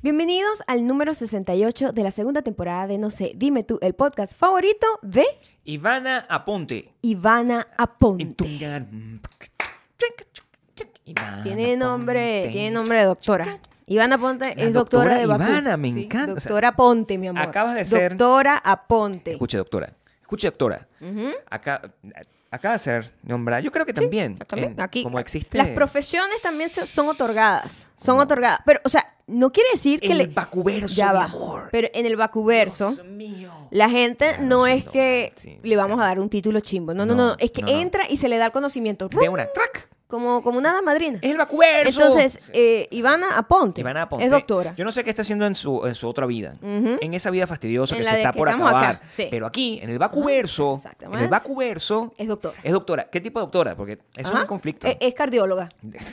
Bienvenidos al número 68 de la segunda temporada de No sé, dime tú, el podcast favorito de Ivana Aponte. Ivana Aponte. Ivana Tiene nombre, Aponte. tiene nombre de doctora. Ivana Aponte La es doctora, doctora de Bakú. Ivana, me encanta. O sea, Doctora Aponte, mi amor. acabas de ser- Doctora Aponte. Escuche, doctora. Escuche, doctora. Acá. Acaba de ser nombrada. Yo creo que también. También, en- aquí. Como existe. Las profesiones también se- son otorgadas. Son otorgadas. Pero, o sea, no quiere decir que El le. vacuverso, ya mi va. amor. Pero en el vacuverso. Dios mío. La gente Claro, no sí, es no, que sí, le vamos a dar un título chimbo. No, no, no. No, no. Es que no, no. entra y se le da el conocimiento. De una. ¡Trac! Como, como una hada madrina. ¡Es el vacuverso! Entonces, eh, Ivana Aponte. Ivana Aponte. Es doctora. Yo no sé qué está haciendo en su, en su otra vida. En esa vida fastidiosa En que la se de está que por estamos acabar. acá, sí. Pero aquí, en el vacuverso. En Exactamente. el vacuverso. Es doctora. Es doctora. ¿Qué tipo de doctora? Porque eso es Ajá. un conflicto. Es, es cardióloga.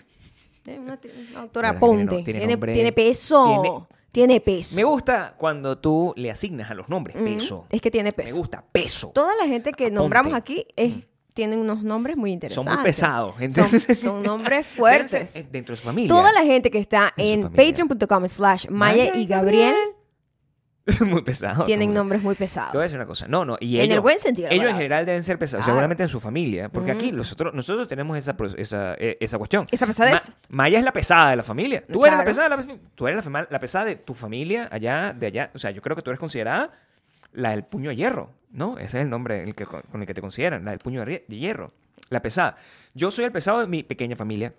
Eh, una t- una doctora Verdad que tiene Aponte. no- tiene Tiene, nombre- tiene peso. Tiene, peso. Mm. Me gusta cuando tú le asignas a los nombres peso. Es que tiene peso. Me gusta peso. Toda la gente que Aponte. Mm. nombramos aquí es, tienen unos nombres muy Son interesantes. muy pesados. Son, entonces- son nombres Déjense, fuertes. eh, Dentro de su familia. Toda la gente que está Es su en familia. patreon.com slash Maya y Gabriel Son muy pesados. tienen son muy- nombres muy Te voy a pesados. decir una cosa. No, no. Y En el ellos, buen sentido de la Ellos en palabra. general deben ser pesados. Claro. Seguramente en su familia. Porque aquí nosotros, nosotros tenemos esa, pro- esa, eh, esa cuestión. Esa pesadez. Ma- Maya es la pesada de la familia. Tú eres la Claro. pesada de la fam- Tú eres la, fema- la pesada de tu familia allá, de allá. O sea, yo creo que tú eres considerada la del puño de hierro. ¿No? Ese es el nombre el que- con con el que te consideran. La del puño de rie- de hierro. La pesada. Yo soy el pesado de mi pequeña familia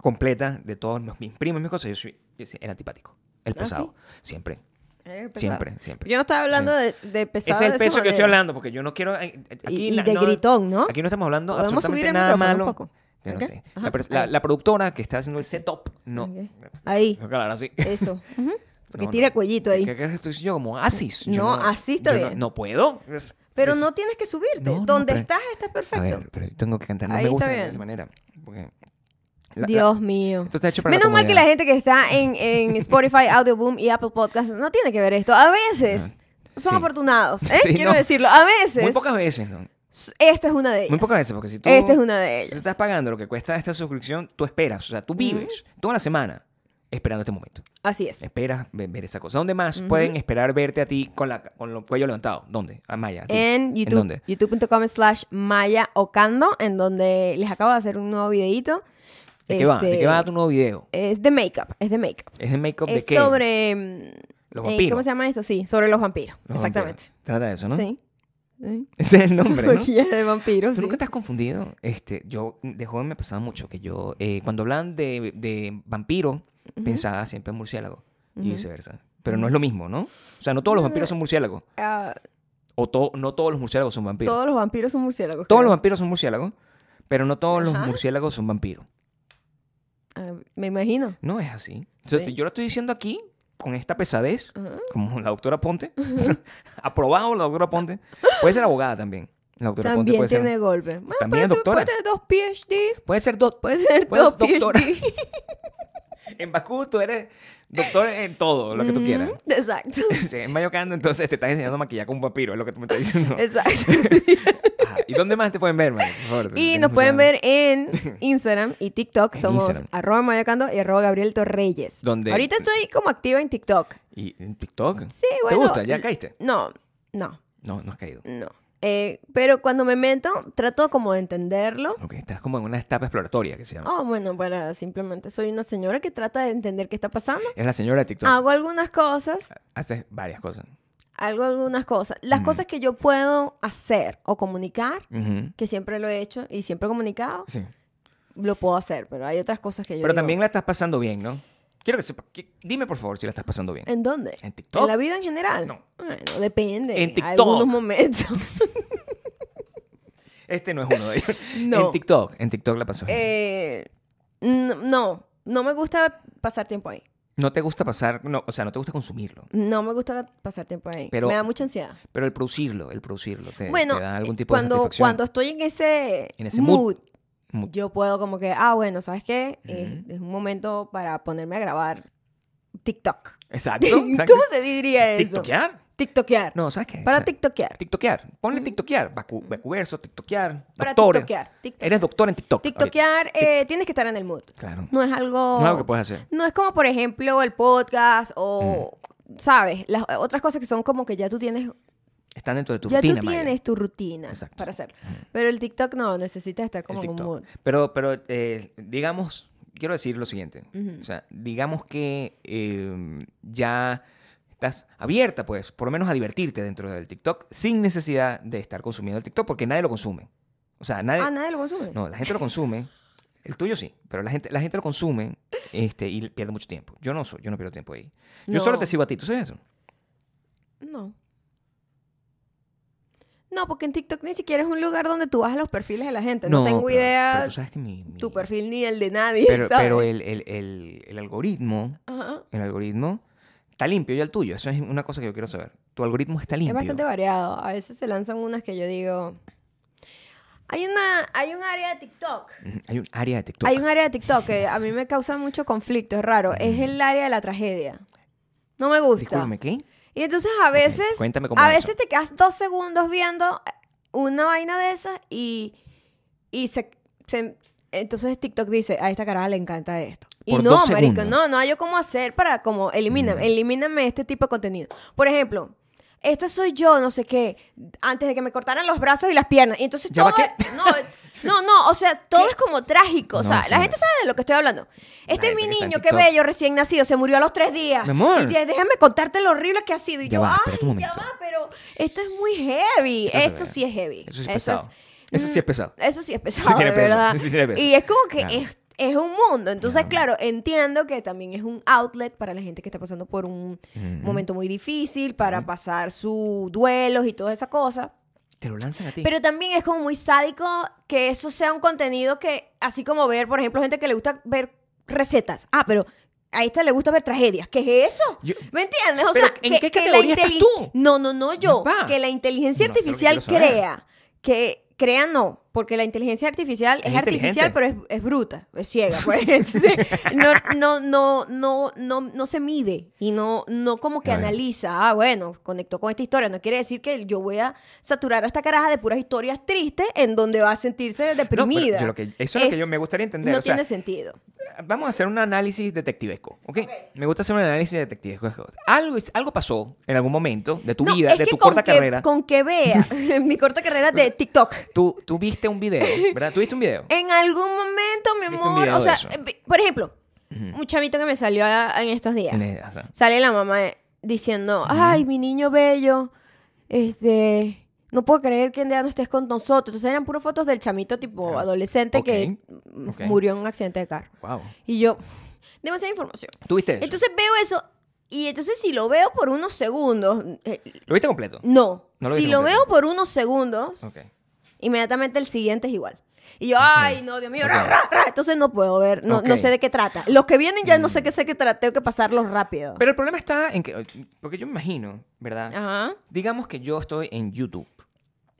completa de todos mis- mis primos, mis cosas. Yo soy, yo soy el antipático. El ¿Ah, sí? pesado. Siempre. Eh, pesado. Siempre, siempre. Yo no estaba hablando de, de pesado. Ese es de el esa peso que estoy manera. hablando, porque yo no quiero. eh, Aquí Y- y na- de gritón, ¿no? Aquí no estamos hablando Podemos absolutamente subir el nada micrófono un malo. poco. Yo no Ok. sé. Ajá, La, pers- la- ahí. la productora que está haciendo el setup, no. Ok. Ahí. Claro, así. Eso. Ujú. Porque No, tira no. cuellito ahí. ¿Qué crees que estoy yo como asis? Yo No, así está yo bien. No, no puedo. Es- Pero es- no tienes que subirte. No, no, Donde pero- estás, estás A perfecto. ver, pero yo tengo que cantar. No Ahí me está gusta bien. de esa manera. porque la- la- Dios mío. Esto está hecho para la Menos mal que la comodidad. gente que está en, en Spotify, Audioboom y Apple Podcast no tiene que ver esto. A veces son Sí. afortunados. ¿eh? Sí, Quiero no. decirlo. A Muy veces. pocas veces, ¿no? Esta es una de ellas. Muy pocas veces, porque si tú. Esta es una de Si tú ellas. estás pagando lo que cuesta esta suscripción, tú esperas. O sea, tú vives toda la semana esperando este momento. Así es. Esperas ve- ver esa cosa. ¿Dónde más pueden esperar verte a ti con, la, con el cuello levantado? ¿Dónde? A Maya. a ti. En YouTube, dónde? youtube.com slash maya ocando, en donde les acabo de hacer un nuevo videito. ¿De qué va? ¿De Este, qué va tu nuevo video? Es de makeup, es de makeup. ¿Es de make-up de Es qué? sobre... mm, Los eh, vampiros. ¿Cómo se llama esto? Sí, sobre los vampiros. Los Exactamente. vampiros. Trata de eso, ¿no? Sí. Sí. Ese es el nombre, ¿no? Maquillaje de vampiros. ¿Tú sí. nunca te has confundido? Este, yo de joven me pasaba mucho que yo, eh, cuando hablaban de, de vampiro, pensaba siempre en murciélago y viceversa. Pero no es lo mismo, ¿no? O sea, no todos los vampiros son murciélagos. Ah, O to- no todos los murciélagos son vampiros. todos los vampiros son murciélagos. Todos los creo. vampiros son murciélagos, pero no todos Ajá. los murciélagos son vampiros. Ah, me imagino. No es así. Entonces, Sí. Mm. si yo lo estoy diciendo aquí, con esta pesadez, Ajá. como la doctora Ponte, aprobado la doctora Ponte, puede ser abogada también. La doctora También Ponte puede tiene ser. golpe. Bueno, También puede es tu- doctora. Puede tener dos PhD. Puede ser doc- Puede ser Puede dos ser doctora. PhD. En Bakú tú eres doctor en todo, lo que tú quieras. Ujú, Exacto. Sí, en Mayocando, entonces te estás enseñando a maquillar con un papiro, es lo que tú me estás diciendo. Exacto. Ajá. ¿Y dónde más te pueden ver, Mari? Por favor, si Y tienes nos pueden mucha- ver en Instagram y TikTok. En Somos Instagram. arroba mayocando y arroba Gabriel Torreyes. Donde- Ahorita estoy como activa en TikTok. ¿Y en TikTok? Sí, bueno. ¿Te gusta? ¿Ya caíste? No, no, No, no has caído. no. Eh, pero cuando me meto, trato como de entenderlo. Ok, estás como en una etapa exploratoria que se llama. Oh, bueno, para simplemente soy una señora que trata de entender qué está pasando. Es la señora de TikTok. Hago algunas cosas, Haces varias cosas. hago algunas cosas. Mm. Las cosas que yo puedo hacer o comunicar, Ujú. que siempre lo he hecho y siempre he comunicado, Sí. lo puedo hacer, pero hay otras cosas que yo Pero digo, también la estás pasando bien, ¿no? Quiero que sepa. que- dime, por favor, si la estás pasando bien. ¿En dónde? ¿En TikTok? ¿En la vida en general? No. Bueno, depende. En TikTok. Algunos momentos. Este no es uno de ellos. No. En TikTok. En TikTok la pasas bien. Eh, n- no, no me gusta pasar tiempo ahí. No te gusta pasar. No, o sea, no te gusta consumirlo. No me gusta pasar tiempo ahí. Pero- me da mucha ansiedad. Pero el producirlo, el producirlo, te, bueno, eh, te da algún tipo cuando, de satisfacción. cuando estoy en ese, En ese mood, mood. Mood. yo puedo como que, ah, bueno, ¿sabes qué? Eh, es un momento para ponerme a grabar TikTok. Exacto. Ah, exacto. ¿Cómo se diría eso? ¿Tiktokear? TikTokear. No, ¿sabes qué? Para O sea, tiktokear. TikTokear. Ponle tiktokear. Bacu, bacuverso, tiktokear. Para doctor. tiktokear, tiktok. Eres doctor en TikTok. Tiktokear, eh, tienes que estar en el mood. ahorita. Claro. No es algo... No es algo que puedes hacer. No es como, por ejemplo, el podcast o, Mm. ¿sabes? Las otras cosas que son como que ya tú tienes... Están dentro de tu ya rutina, tú Maya. tienes tu rutina Exacto. Mm. para hacerlo. Pero el TikTok no, necesitas estar El como en un TikTok. mood. Pero, pero eh, digamos, quiero decir lo siguiente. O sea, digamos que eh, ya estás abierta, pues, por lo menos a divertirte dentro del TikTok sin necesidad de estar consumiendo el TikTok porque nadie lo consume. O sea, nadie... Ah, nadie lo consume. No, la gente lo consume. El tuyo sí, pero la gente, la gente lo consume este, y pierde mucho tiempo. Yo no soy, yo no pierdo tiempo ahí. Yo solo No. te sigo a ti, ¿tú sabes eso? No. No, porque en TikTok ni siquiera es un lugar donde tú vas a los perfiles de la gente. No, tengo pero- idea pero tú sabes que mi- mi- tu perfil ni el de nadie. Pero, ¿sabes? pero eh, el, el- el- el algoritmo, Ajá. el algoritmo está limpio ya el tuyo. Eso es una cosa que yo quiero saber. Tu algoritmo está limpio. Es bastante variado. A veces se lanzan unas que yo digo. Hay una, hay un área de TikTok. Ujú. Hay un área de TikTok. Hay un área de TikTok que a mí me causa mucho conflicto, es raro. Es el área de la tragedia. No me gusta. Discúlpame, ¿qué? Y entonces a veces, cuéntame cómo a es eso. veces te quedas dos segundos viendo una vaina de esas y, y se, se- entonces TikTok dice, a esta caraja le encanta esto. Y Por no, dos marico, segundos. Mm. no, no hay yo cómo hacer para como elimíname, elimíname este tipo de contenido. Por ejemplo, esta soy yo, no sé qué, antes de que me cortaran los brazos y las piernas. Y entonces ¿Ya todo va qué? es- no, no, no, o sea, todo es como trágico, o No, sea, sí, la no. gente sabe de lo que estoy hablando. Este gente mi que está en niño, qué TikTok. bello, recién nacido, se murió a los tres días. Mi amor. Y de- déjame contarte lo horrible que ha sido. Y Ya yo, va, ay, espérate un ya momento. va, pero esto es muy heavy. Eso se esto ve. sí es heavy. Eso sí es pesado. Eso sí es mm, pesado. Eso sí es pesado, Sí tiene de peso, verdad. sí tiene peso. Y es como que Claro. es, es un mundo. Entonces, claro, entiendo que también es un outlet para la gente que está pasando por un Mm. momento muy difícil, para pasar sus duelos y toda esa cosa. Te lo lanzan a ti. Pero también es como muy sádico que eso sea un contenido que, así como ver, por ejemplo, gente que le gusta ver recetas. Ah, pero a esta le gusta ver tragedias. ¿Qué es eso? Yo- ¿Me entiendes? O Pero, sea, ¿en que- qué que la categoría estás inteli- tú? No, no, no, yo. Ya va. Que la inteligencia No, eso es lo que artificial quiero saber. crea. Que crea no, porque la inteligencia artificial es, Es artificial, inteligente. pero es, es bruta, es ciega. Pues. Entonces, no, no, no, no, no, no se mide y no, no como que Claro. analiza. Ah, bueno, conectó con esta historia. No quiere decir que yo voy a saturar a esta caraja de puras historias tristes en donde va a sentirse No, pero deprimida. yo lo que- eso es lo que yo me gustaría entender. No o sea, tiene sentido. Vamos a hacer un análisis detectivesco, ¿ok? Me gusta hacer un análisis detectivesco. Algo, es- algo pasó en algún momento de tu No, vida, es de que tu con corta que- carrera. Con que vea mi corta carrera de TikTok. Tú, tú viste un video, ¿verdad? ¿Tú viste un video? En algún momento, mi ¿Viste un amor. video O de sea, eso? eh, vi- por ejemplo, un chavito que me salió a- en estos días. En el- o sea, Sale la mamá eh, diciendo, ay, mi niño bello, este, no puedo creer que en día no estés con nosotros. Entonces eran puras fotos del chamito tipo Claro. adolescente que Ok. mm, Ok. murió en un accidente de carro. wow. Y yo, demasiada información. ¿Tú viste eso? Entonces veo eso y entonces si lo veo por unos segundos, eh, ¿Lo viste completo? no. No lo si viste lo completo. veo por unos segundos, Ok. inmediatamente el siguiente es igual. Y yo, ay, no, Dios mío, ra, Ok. ra, ra. entonces no puedo ver, no, no Ok. Mm. sé de qué trata. Los que vienen ya no sé qué sé qué trata, tengo que pasarlos rápido. Pero el problema está en que, porque yo me imagino, ¿verdad? Ajá. Digamos que yo estoy en YouTube.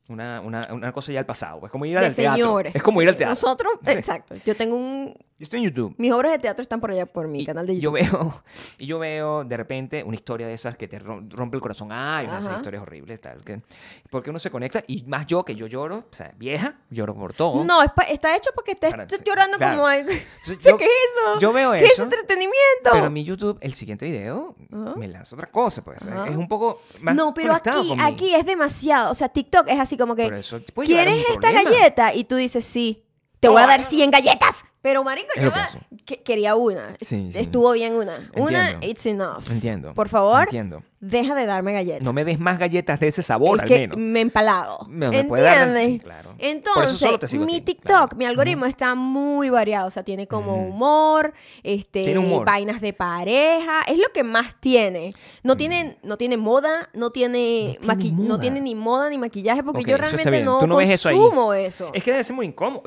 Una, una, una cosa ya del pasado. Es como ir de al teatro. señores. Es como ir al teatro. Nosotros, Sí. exacto. Yo tengo un... Yo estoy en YouTube. Mis obras de teatro están por allá, por mi y canal de Yo YouTube. veo, y yo veo de repente una historia de esas que te rom- rompe el corazón. Ay, una de esas Ajá. historias horribles, tal. Que, porque uno se conecta, y más yo que yo lloro, o sea, vieja, lloro por todo. No, es pa- está hecho porque estés Para- llorando claro. como... o Entonces, sea, yo- ¿Qué es eso? yo veo ¿Qué es eso, entretenimiento? Pero en mi YouTube, el siguiente video, me lanza otra cosa, pues. Ajá. Es un poco más no, pero conectado aquí, conmigo. aquí es demasiado. O sea, TikTok es así como que. Pero eso te puede llevar a ¿Quieres un esta problema". galleta? Y tú dices, sí, te voy a dar 100 galletas. Pero, marico, Es yo lo que hace. quería una. Sí, sí. Estuvo bien una. Una, Entiendo. it's enough. Entiendo. Por favor, Entiendo. deja de darme galletas. No me des más galletas de ese sabor, Es al que menos. me he empalado. Me- me puede dar- ¿Entiendes? sí, claro. Por eso solo Entonces, te sigo a mi ti, TikTok, claro. mi algoritmo está muy variado. O sea, tiene como humor, este, Tiene humor. vainas de pareja. Es lo que más tiene. No tiene, no tiene moda, no tiene, No tiene maqui- no moda. tiene ni moda ni maquillaje, porque Ok, yo eso está realmente bien. no, Tú no ves eso ahí. consumo eso. Es que debe ser muy incómodo.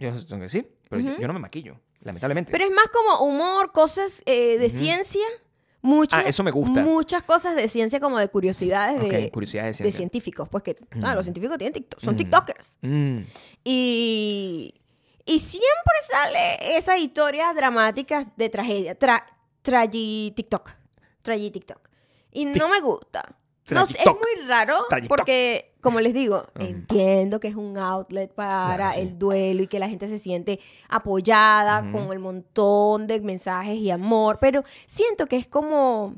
Yo eso tengo que decir, pero yo, yo no me maquillo, lamentablemente. Pero es más como humor, cosas eh, de ciencia. Muchas, Ah, eso me gusta. Muchas cosas de ciencia, como de curiosidades de, ok, curiosidad de de ciencia. científicos. Pues que ah, los científicos tienen TikTok, son Mm. TikTokers. Mm. Y, y siempre sale esas historias dramáticas de tragedia. Tra- Tragi TikTok. Tragi TikTok. Y no me gusta. No, sé, es Tragitok. muy raro Tragitok. porque, como les digo, Ujú. entiendo que es un outlet para Claro, sí. el duelo y que la gente se siente apoyada Ujú. con el montón de mensajes y amor, pero siento que es como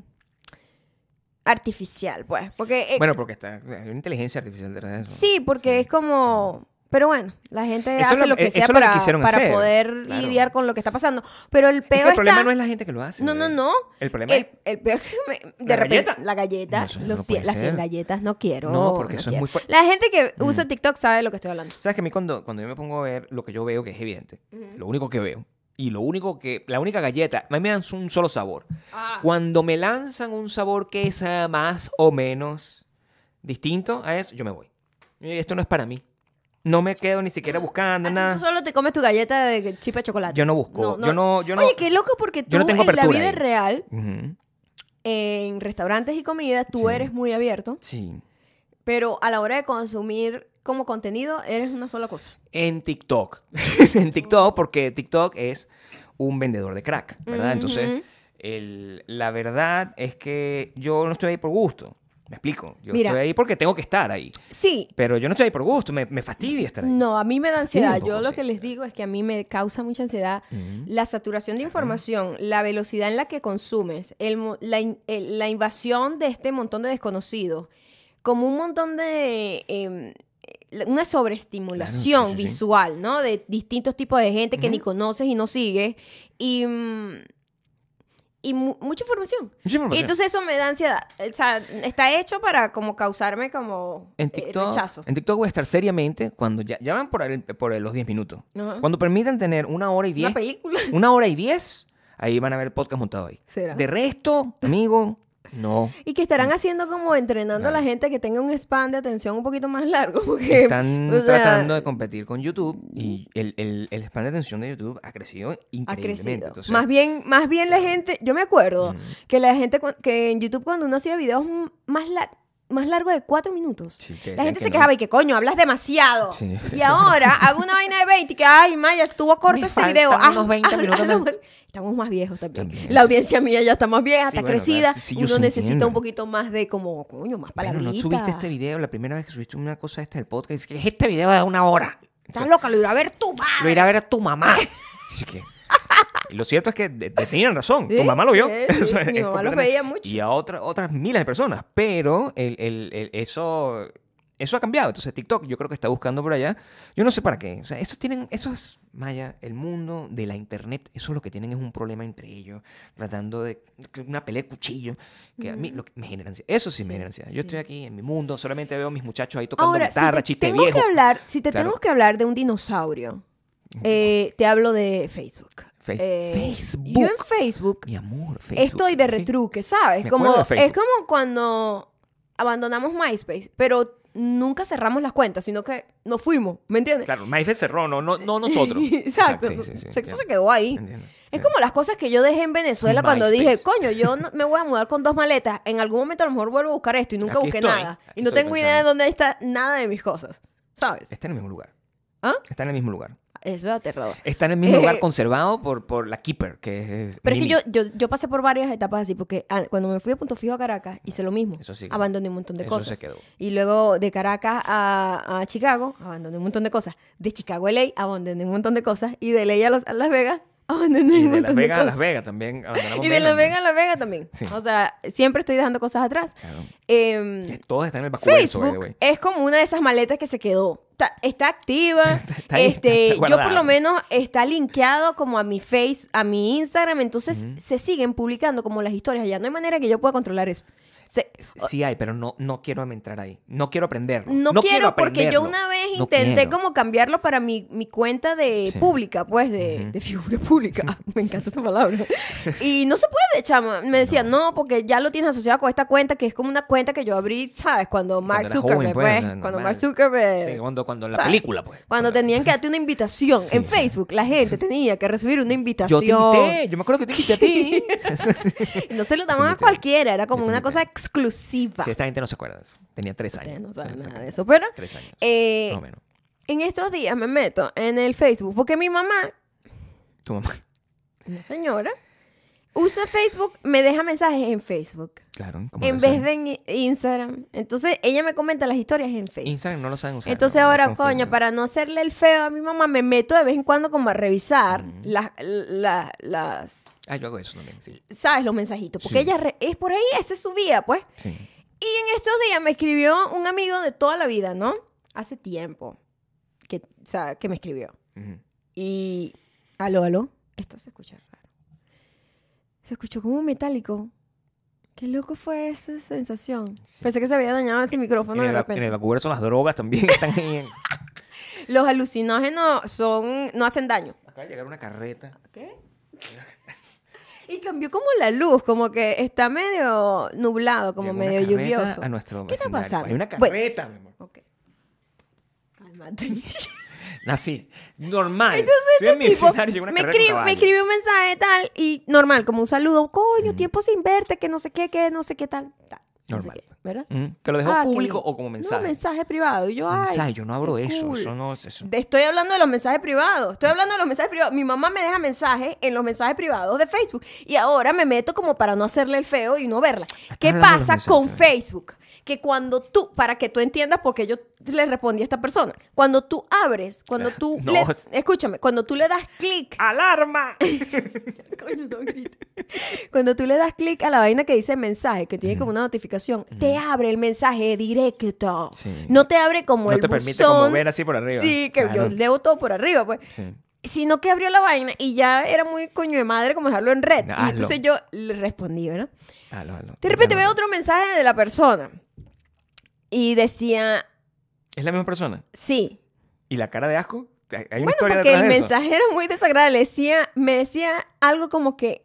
artificial, pues, porque eh, Mm, Bueno, porque está, hay una inteligencia artificial detrás de eso. sí, porque es como, pero bueno, la gente Eso es hace lo- lo que eso sea es lo que para, quisieron para hacer, poder claro. lidiar con lo que está pasando, pero el Es peor que el problema está- no es la gente que lo hace. no, no, bebé. no. El problema El, es... el peor es que me- de repente, ¿La galleta? la galleta, No, eso no los cien- puede las 100 ser. galletas, no quiero. No, porque eso es quiero. muy Mm. fu- La gente que usa TikTok sabe de lo que estoy hablando. ¿Sabes que a mí cuando, cuando yo me pongo a ver lo que yo veo, que es evidente, lo único que veo, y lo único que... La única galleta, a mí me dan un solo sabor. Ah. Cuando me lanzan un sabor que es ah, más o menos distinto a eso, yo me voy. Eh, Esto no es para mí. No me quedo ni siquiera buscando Ah, nada. tú solo te comes tu galleta de chip de chocolate. Yo no busco. Yo no- yo no- Oye, qué loco porque tú yo no tengo en la apertura vida ahí. real, Ujú. en restaurantes y comidas, tú Sí. eres muy abierto, Sí. pero a la hora de consumir como contenido, eres una sola cosa. En TikTok. en TikTok, porque TikTok es un vendedor de crack, ¿verdad? Entonces, Ujú. el- la verdad es que yo no estoy ahí por gusto. Me explico. Yo Mira. estoy ahí porque tengo que estar ahí. Sí, Pero yo no estoy ahí por gusto. Me, me fastidia estar ahí. No, a mí me da Fastidia un ansiedad. Yo poco, lo sí. que les digo es que a mí me causa mucha ansiedad Ujú. la saturación de información, la velocidad en la que consumes, el mo- la, in- el- la invasión de este montón de desconocidos, como un montón de... em, la- una sobreestimulación sí, sí, sí. visual, ¿no? De distintos tipos de gente que Ujú. ni conoces y no sigues. Y... mm, y mu- mucha información. Mucha información. Y Mm. entonces eso me da ansiedad. O sea, está hecho para como causarme como En eh, TikTok, rechazo. en TikTok voy a estar seriamente cuando ya, ya van por, el- por el- los 10 minutos. Ajá. Cuando permitan tener una hora y diez. Una película. Una hora y diez, ahí van a ver el podcast montado ahí. ¿Será? De resto, amigo, no. Y que Mm. estarán haciendo como entrenando a la gente que tenga un span de atención un poquito más largo. Porque, Están o sea, tratando de competir con YouTube y el, el, el span de atención de YouTube ha crecido ha increíblemente. crecido. Entonces, más, bien, más bien la gente, yo me acuerdo Mm. que la gente, cu- que en YouTube cuando uno hacía videos m- más, lar- más largos de cuatro minutos, Sí, te la decían gente que se no. quejaba y que coño, hablas demasiado. Sí, sí. Y ahora hago una vaina de 20 y que, ay, Maya, estuvo corto Me este video. faltan Haz- unos 20 haz- minutos hazlo más. mal. Estamos más viejos también. También. La audiencia mía ya está más vieja, Sí, está bueno, crecida. claro, sí, yo uno sí necesita entiendo. un poquito más de como, coño, más Bueno, palabritas. no subiste este video, la primera vez que subiste una cosa esta del podcast, que es este video de una hora. Estás loca, lo irá a ver tu Lo madre. irá a ver a tu mamá. Así que- y lo cierto es que de- de- tenían razón. Tu Sí, mamá lo vio. sí, sí, O sea, mi mamá lo es completamente- veía mucho. Y a otra- otras miles de personas. Pero el- el- el- eso, eso ha cambiado. Entonces TikTok yo creo que está buscando por allá. Yo no sé para qué. O sea, esos tienen, esos, Maya, el mundo de la internet, eso lo que tienen es un problema entre ellos. Tratando de que una pelea de cuchillo. Que a mí lo que me genera ansiedad. Eso sí, me genera ansiedad. Yo estoy aquí en mi mundo, solamente veo a mis muchachos ahí tocando Ahora, guitarra, si te chiste tengo viejo. que hablar, si te Claro. Mm. tengo que hablar de un dinosaurio, eh, te hablo de Facebook. Face- Eh, Facebook. Yo en Facebook, Mi amor, Facebook. estoy de ¿qué? retruque, ¿sabes? Me Como, acuerdo de es Facebook. como cuando abandonamos MySpace, pero nunca cerramos las cuentas, sino que nos fuimos, ¿me entiendes? Claro, MySpace cerró, no, no, no nosotros. Exacto. Sí, sí, sí, Sexo entiendo. se quedó ahí. Entiendo. Es como las cosas que yo dejé en Venezuela cuando dije, MySpace. coño, yo no- me voy a mudar con dos maletas. En algún momento a lo mejor vuelvo a buscar esto y nunca Aquí busqué estoy. nada. Aquí Y no estoy tengo idea de pensando. dónde está nada de mis cosas. ¿Sabes? Eh, Está en el mismo lugar. ¿Ah? Está en el mismo lugar. Eso es aterrador. Está en el mismo Eh, lugar conservado por, por la Keeper, que es. Pero es que Mimi. yo, yo, yo pasé por varias etapas así, porque ah, cuando me fui a Punto Fijo a Caracas hice lo mismo. Eso sí. Abandoné un montón de Eso se cosas. quedó. Y luego de Caracas a, a Chicago, abandoné un montón de cosas. De Chicago a LA, abandoné un montón de cosas. Y de LA a, los, a Las Vegas, abandoné Y un de montón Las Vegas a de Las cosas. Vegas también. abandonamos Y de Las Maryland. Vegas a Las Vegas también. Sí. O sea, siempre estoy dejando cosas atrás. Claro. Em, Que Todos están en el Bacuberto, by the Facebook way. es como una de esas maletas que se quedó. Está, está activa. está ahí, este, está yo por guardada. lo menos está linkeado como a mi Face, a mi Instagram. Entonces se siguen publicando como las historias. Ya no hay manera que yo pueda controlar eso. Se- Sí hay, pero no, no quiero entrar ahí. No quiero aprenderlo. no, quiero, porque yo aprenderlo. una vez No intenté quiero. como cambiarlo para mi, mi cuenta de Sí. pública, pues, de, de figura pública. Ah, Me encanta esa palabra. Y no se puede, chama. Me decían, no. porque ya lo tienes asociado con esta cuenta, que es como una cuenta que yo abrí, ¿sabes? Cuando Mark era joven, Zuckerberg, pues, pues, o sea, cuando normal. Mark Zuckerberg... Sí, cuando, cuando en la ¿sabes? película, pues. Cuando tenían que darte una invitación en Facebook, la gente tenía que recibir una Yo invitación. te invité, yo me acuerdo que te invité a ti. No se lo daban a cualquiera, era como una cosa exclusiva. Sí, esta gente no se acuerda de eso. Tenía tres años. Ustedes no saben Tres nada años. de eso, pero Tres años. eh, Más o menos. en estos días me meto en el Facebook porque mi mamá, Tu mamá. una señora, usa Facebook, me deja mensajes en Facebook. Claro. como En debe vez ser. de en i- Instagram. Entonces ella me comenta las historias en Facebook. Instagram no lo saben usar. Entonces no, no ahora, confío. coño, para no hacerle el feo a mi mamá, me meto de vez en cuando como a revisar Mm. las, la- las, Ah, yo hago eso también, sí. ¿sabes? Los mensajitos. Porque Sí. ella re- es por ahí, esa es su vida, pues. Y Sí. en estos días me escribió un amigo de toda la vida, ¿no? Hace tiempo que, o sea, que me escribió. Ujú. Y. Aló, aló. Esto se escucha raro. Se escuchó como metálico. Qué loco fue esa sensación. Pensé que se había dañado el micrófono en, de el, vac- en repente. el vancouver son las drogas también. Están ahí en- Los alucinógenos son. no hacen daño. Acaba de llegar una carreta. ¿Qué? y cambió como la luz, como que está medio nublado, como Llegó una medio carreta lluvioso. A nuestro ¿Qué está vecindario. pasando? Hay una Bueno. carreta, mi amor. Ok. Cálmate. Así, normal. Estoy en mi Este tipo vecindario, llega una me, carreta con escri- me caballo. escribió un mensaje tal y normal, como un saludo, coño, tiempo sin verte, que no sé qué, que no sé qué tal. tal, no sé Normal. qué, ¿Verdad? Mm, ¿Te lo dejó Ah, qué público lindo. o como No, mensaje? mensaje privado. Y yo, ay. Mensaje, yo no abro qué eso. cool. Eso no es Este, eso. De- estoy hablando de los mensajes privados. Estoy hablando de los mensajes privados. Mi mamá me deja mensajes en los mensajes privados de Facebook. Y ahora me meto como para no hacerle el feo y no verla. ¿Qué hablando de los pasa mensajes con privados. Facebook? Que cuando tú, para que tú entiendas por qué yo le respondí a esta persona, cuando tú abres, cuando tú, No. le- escúchame, cuando tú le das clic ¡Alarma! Coño, no grites. Cuando tú le das clic a la vaina que dice mensaje, que tiene como una notificación, te abre el mensaje directo. Sí. No te abre como No el te buzón. permite como ver así por arriba. Sí, que Claro. yo leo todo por arriba, pues. Sí. Sino que abrió la vaina y ya era muy coño de madre como dejarlo en red. Hazlo. Y entonces yo le respondí, ¿verdad? Aló, aló. De repente Aló, veo aló. otro mensaje de la persona. Y decía, ¿Es la misma persona? sí, ¿Y la cara de asco? Hay hay una Bueno, historia porque detrás el de eso. mensaje era muy desagradable. Decía, me decía algo como que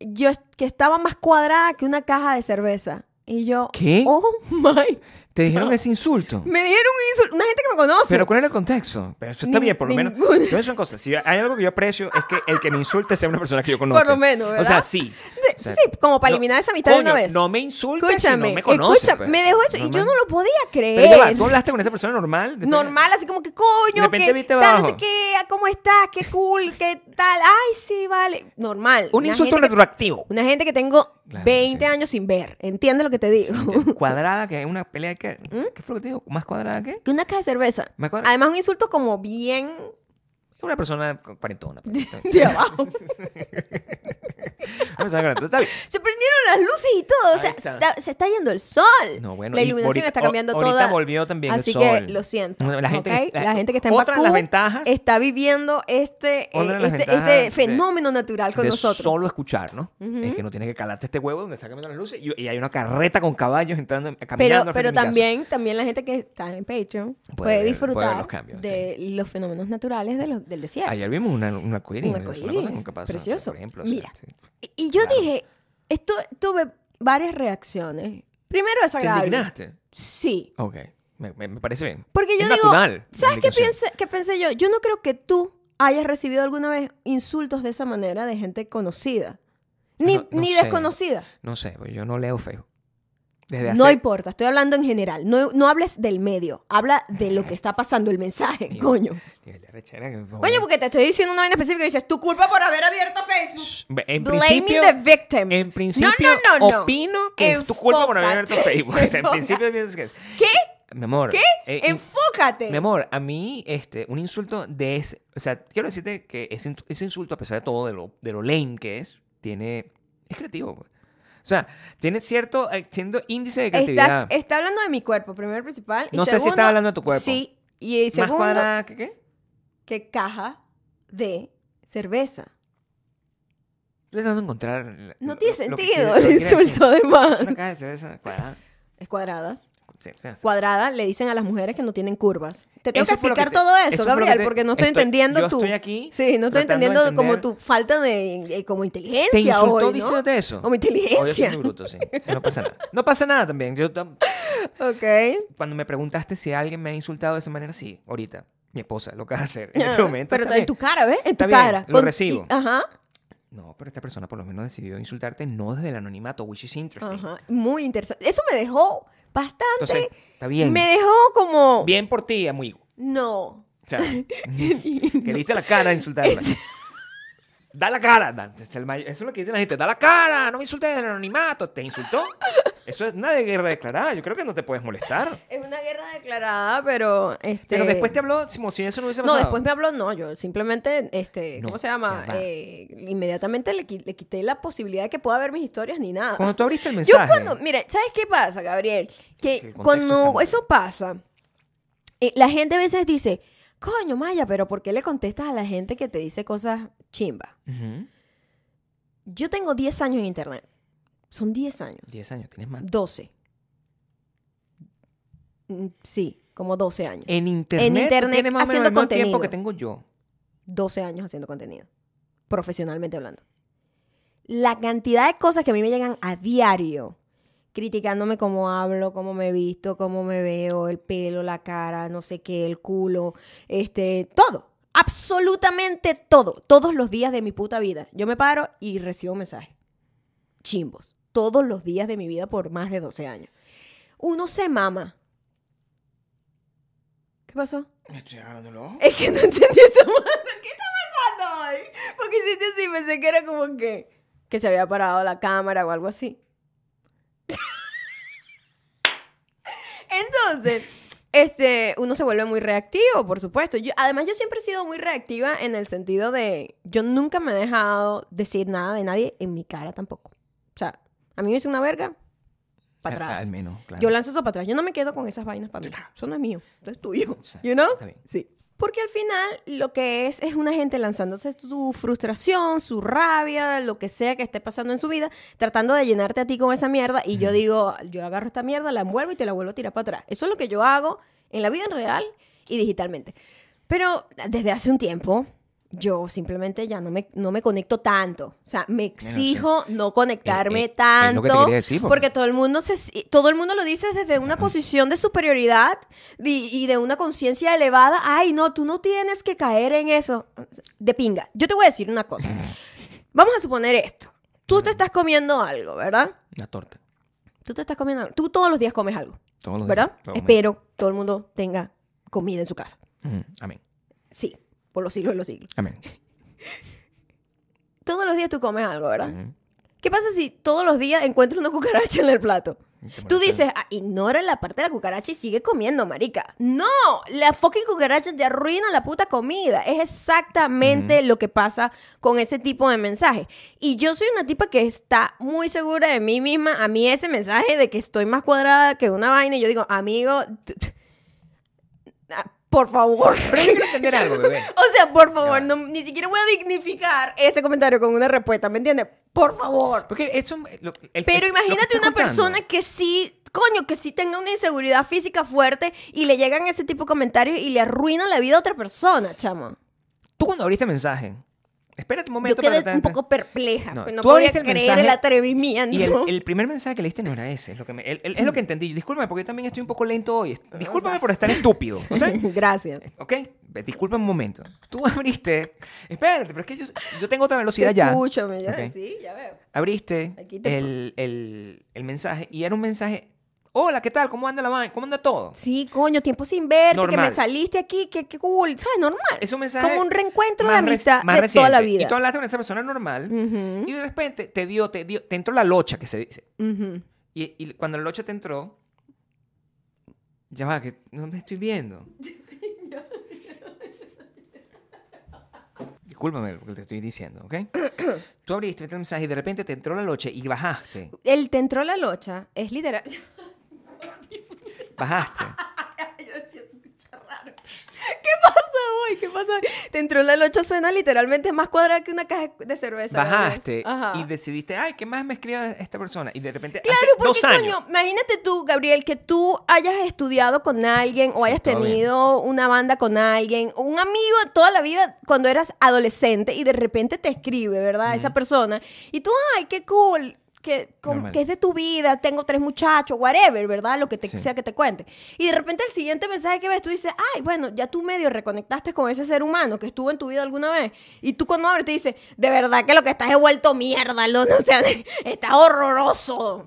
yo es- que estaba más cuadrada que una caja de cerveza. Y yo, ¿Qué? oh my. Te dijeron ese insulto. Me dieron un insulto. Una gente que me conoce. Pero ¿cuál era el contexto? Pero eso está Nin- bien, por lo menos. ninguna. Yo eso en cosas. Si hay algo que yo aprecio es que el que me insulte sea una persona que yo conozco. Por lo menos, ¿verdad? O sea, sí. Sí, O sea, sí, como para no- eliminar esa amistad de coño, una vez. No me insultes escúchame, si no me conoces. escúchame. pues. Me dejó eso y yo Normal. no lo podía creer. Pero ya va, tú hablaste con esta persona normal. De- normal, así como que De coño, repente que viste tal, no sé abajo. qué, ah, ¿cómo estás? Qué cool, qué tal. Ay, sí, vale. Normal. Un Una insulto gente que- retroactivo. Una gente que tengo Claro, 20 sí. años sin ver. ¿Entiendes lo que te digo? cuadrada, que hay una pelea que. ¿Mm? ¿Qué fue lo que te dijo? ¿Más cuadrada que? Que una caja de cerveza. Me acuerdo. Además, un insulto como bien Una persona cuarentona. pues. Una de abajo. persona cuarentona. Está bien. se prendieron las luces y todo. O sea, Ahí está. está- se está yendo el sol. No, bueno, la y iluminación ahorita- está cambiando ahorita toda. volvió también el Así sol. que lo siento. La gente ¿ok? que- La gente que está en otra de Bakú las ventajas- está viviendo este, eh, Otra de las este, ventajas este de- fenómeno natural con de nosotros. solo escuchar, ¿no? Es que no tienes que calarte este huevo donde está cambiando las luces y, y hay una carreta con caballos entrando, caminando. al Pero, frente pero de mi casa. también, también la gente que está en Patreon puede, Puede ver- puede ver disfrutar los cambios, de los fenómenos naturales de los- del desierto. Ayer vimos una, un arcoíris. Un o sea, es arcoíris, Una cosa nunca pasa. precioso. Por ejemplo, o sea, Mira. sí. Y- Y yo Claro. dije, esto tuve varias reacciones. Primero ¿Te desagradable. indignaste? Sí. Ok. Me, me- me parece bien. Porque yo Es digo, natural la ¿sabes qué indignación. pensé, qué pensé yo? Yo no creo que tú hayas recibido alguna vez insultos de esa manera de gente conocida. Ni, No- no ni sé. desconocida. No sé, pues yo no leo Facebook. Desde hace. No importa, estoy hablando en general. No, no hables del medio, habla de lo que está pasando, el mensaje, Mira. coño. Nivel de arrechera que- Coño, porque te estoy diciendo una vaina específica y dices, tu culpa por haber abierto Facebook. En Blaming principio, the victim. en principio No, no, no, no. opino que es tu culpa por haber abierto Enfócate. Facebook. O sea, en Enfócate. principio piensas que es. ¿Qué? Mi amor. ¿Qué? eh, in- Enfócate. Mi amor, a mí, este, un insulto de ese. O sea, quiero decirte que ese, in- ese insulto, a pesar de todo, de lo, de lo lame que es, tiene. Es creativo, pues. O sea, tiene cierto, eh, cierto índice de creatividad. Está, está hablando de mi cuerpo, primero y principal. y No sé si segundo, está hablando de tu cuerpo. Sí. Y eh, ¿Más segundo, cuadrada que qué? que caja de cerveza. Estoy tratando de encontrar. la- No tiene lo- lo- lo que sentido quiere- el lo que quiere insulto decir. de más. Es Una caja de cerveza cuadrada. Es cuadrada. Sí, sí, sí. Cuadrada le dicen a las mujeres que no tienen curvas. Te tengo Eso que fue lo que explicar te- todo eso eso, fue lo que Gabriel, te- porque no estoy, estoy- entendiendo yo tu... estoy aquí Sí, no estoy tratando de entendiendo como entender- tu falta de... eh, como inteligencia Te insultó hoy, ¿no? diciéndote eso. Como O yo soy inteligencia. muy bruto, sí. Sí, No pasa nada. No pasa nada también. Yo tam- ok. cuando me preguntaste si alguien me ha insultado de esa manera, sí, ahorita. Mi esposa lo acaba de hacer en este Ah, momento. Pero está en bien. tu cara, ¿ves? En tu Está bien, cara. lo recibo. y- ajá, No, pero esta persona por lo menos decidió insultarte no desde el anonimato, which is interesting. ajá. Muy interesante. Eso me dejó bastante... Entonces, está bien. Me dejó como... Bien por ti, amigo. No. O sea, que diste la cara a insultarla. Da la cara. da- es el may- eso es lo que dice la gente. Da la cara. No me insultes en el anonimato. ¿Te insultó? Eso es nada de guerra declarada. Yo creo que no te puedes molestar. Es una guerra declarada, pero este. Pero después te habló como si eso no hubiese No, pasado. después me habló, no, yo simplemente, este, No, ¿cómo se llama? ya va. Eh, inmediatamente le, qui- le quité la posibilidad de que pueda ver mis historias ni nada. Cuando tú abriste el Yo mensaje. cuando, mira, ¿sabes qué pasa, Gabriel? Que Que el contexto cuando cambia. eso pasa, eh, la gente a veces dice, coño, Maya, pero ¿por qué le contestas a la gente que te dice cosas chimba? Ujú. Yo tengo 10 años en internet. Son 10 años. 10 años, tienes más. 12. Mm, Sí, como 12 años. En internet, En tú internet, tienes más o menos haciendo el mismo tiempo contenido. que tengo yo. 12 años haciendo contenido, profesionalmente hablando. La cantidad de cosas que a mí me llegan a diario, criticándome cómo hablo, cómo me visto, cómo me veo, el pelo, la cara, no sé qué, el culo, este, todo, absolutamente todo, todos los días de mi puta vida. Yo me paro y recibo mensajes. Chimbos, todos los días de mi vida por más de 12 años. Uno se mama. ¿Qué pasó? Me estoy agarrando el ojo. Es que no entendí esa mano. ¿Qué está pasando hoy? Porque hiciste así, pensé que era como que, que se había parado la cámara o algo así. Entonces, este, uno se vuelve muy reactivo, por supuesto. Yo- además, yo siempre he sido muy reactiva en el sentido de, yo nunca me he dejado decir nada de nadie en mi cara tampoco. O sea, a mí me hizo una verga, para atrás. Al menos, claro. Yo lanzo eso para atrás. Yo no me quedo con esas vainas para mí. Eso no es mío. Eso es tuyo. Sí, You know? está bien. Sí. Porque al final lo que es es una gente lanzándose su frustración, su rabia, lo que sea que esté pasando en su vida, tratando de llenarte a ti con esa mierda. Y yo digo, yo agarro esta mierda, la envuelvo y te la vuelvo a tirar para atrás. Eso es lo que yo hago en la vida en real y digitalmente. Pero desde hace un tiempo yo simplemente ya no me, no me conecto tanto. O sea, me exijo no conectarme es lo que te tanto. quería decir, porque- porque todo el mundo se si- todo el mundo lo dice desde una posición de superioridad y, y de una conciencia elevada ay no tú no tienes que caer en eso de pinga yo te voy a decir una cosa vamos a suponer esto tú te estás comiendo algo verdad Una torta. tú te estás comiendo algo. tú todos los días comes algo Todos los días, verdad todos los espero todo el mundo tenga comida en su casa Ujú. Mm, Amén. sí por los siglos de los siglos Amén. todos los días tú comes algo verdad Ujú. ¿Qué pasa si todos los días encuentras una cucaracha en el plato? Te Tú molesta. dices, "Ah, ignora la parte de la cucaracha y sigue comiendo, marica. No, la fucking cucaracha te arruina la puta comida. Es exactamente lo que pasa con ese tipo de mensajes. Y yo soy una tipa que está muy segura de mí misma. A mí ese mensaje de que estoy más cuadrada que una vaina, y yo digo, amigo, t- t- ah, por favor. Pero yo quiero entender algo, bebé. O sea, por favor, Ya no- ni siquiera voy a dignificar ese comentario con una respuesta, ¿me entiendes? Por favor. Porque eso. lo- el- Pero el- Pues, lo que imagínate estás una persona contando. que sí, coño, que sí tenga una inseguridad física fuerte y le llegan ese tipo de comentarios y le arruinan la vida a otra persona, chama. Tú cuando abriste el mensaje. Espérate un Yo momento quedé para un poco perpleja, No, pues no tú podía abriste el creer mensaje el Y el, atrevimiento. el primer mensaje que leíste no era ese. Es lo que, me- el- el- es lo que entendí. Discúlpame, porque yo también estoy un poco lento hoy. Discúlpame por estar estúpido. ¿no sé? Gracias. ¿Ok? ve- Disculpa un momento. Tú abriste. Espérate, pero es que yo, yo tengo otra velocidad ya. Escúchame, ya, Ok. sí, ya veo. Abriste Aquí te- el, el- el mensaje y era un mensaje. Hola, ¿qué tal? ¿Cómo anda la vaina? ¿Cómo anda todo? Sí, coño, tiempo sin verte, que me Normal. saliste aquí, que, que cool, ¿sabes? Normal. Es un mensaje. Como un reencuentro de más reci- amistad de más toda la reciente. vida. Y tú hablaste con esa persona normal Ujú. y de repente te dio, te dio, te entró la locha que se dice. Ujú. Y, y cuando la locha te entró. Ya va, que no me estoy viendo. Discúlpame lo que te estoy diciendo, ¿ok? Tú abriste este mensaje y de repente te entró la locha y bajaste. El te entró la locha es literal. Bajaste. Yo decía, escucha raro. ¿Qué pasa hoy? ¿Qué pasa hoy? Te entró la locha, suena literalmente más cuadrada que una caja de cerveza. ¿verdad? Bajaste Ajá. y decidiste, ay, ¿qué más me escribe esta persona? Y de repente, Claro, hace porque dos años. coño, imagínate tú, Gabriel, que tú hayas estudiado con alguien o Sí, hayas todo bien. tenido una banda con alguien, o un amigo de toda la vida cuando eras adolescente y de repente te escribe, ¿verdad? Esa persona. Y tú, ay, qué cool. Que, com- Normal. que es de tu vida, tengo tres muchachos, whatever, ¿verdad? Lo que te, Sí. sea que te cuente. Y de repente el siguiente mensaje que ves, tú dices, ay, bueno, ya tú medio reconectaste con ese ser humano que estuvo en tu vida alguna vez. Y tú cuando abres te dices, de verdad que lo que estás es vuelto mierda, Lono, o sea, está horroroso.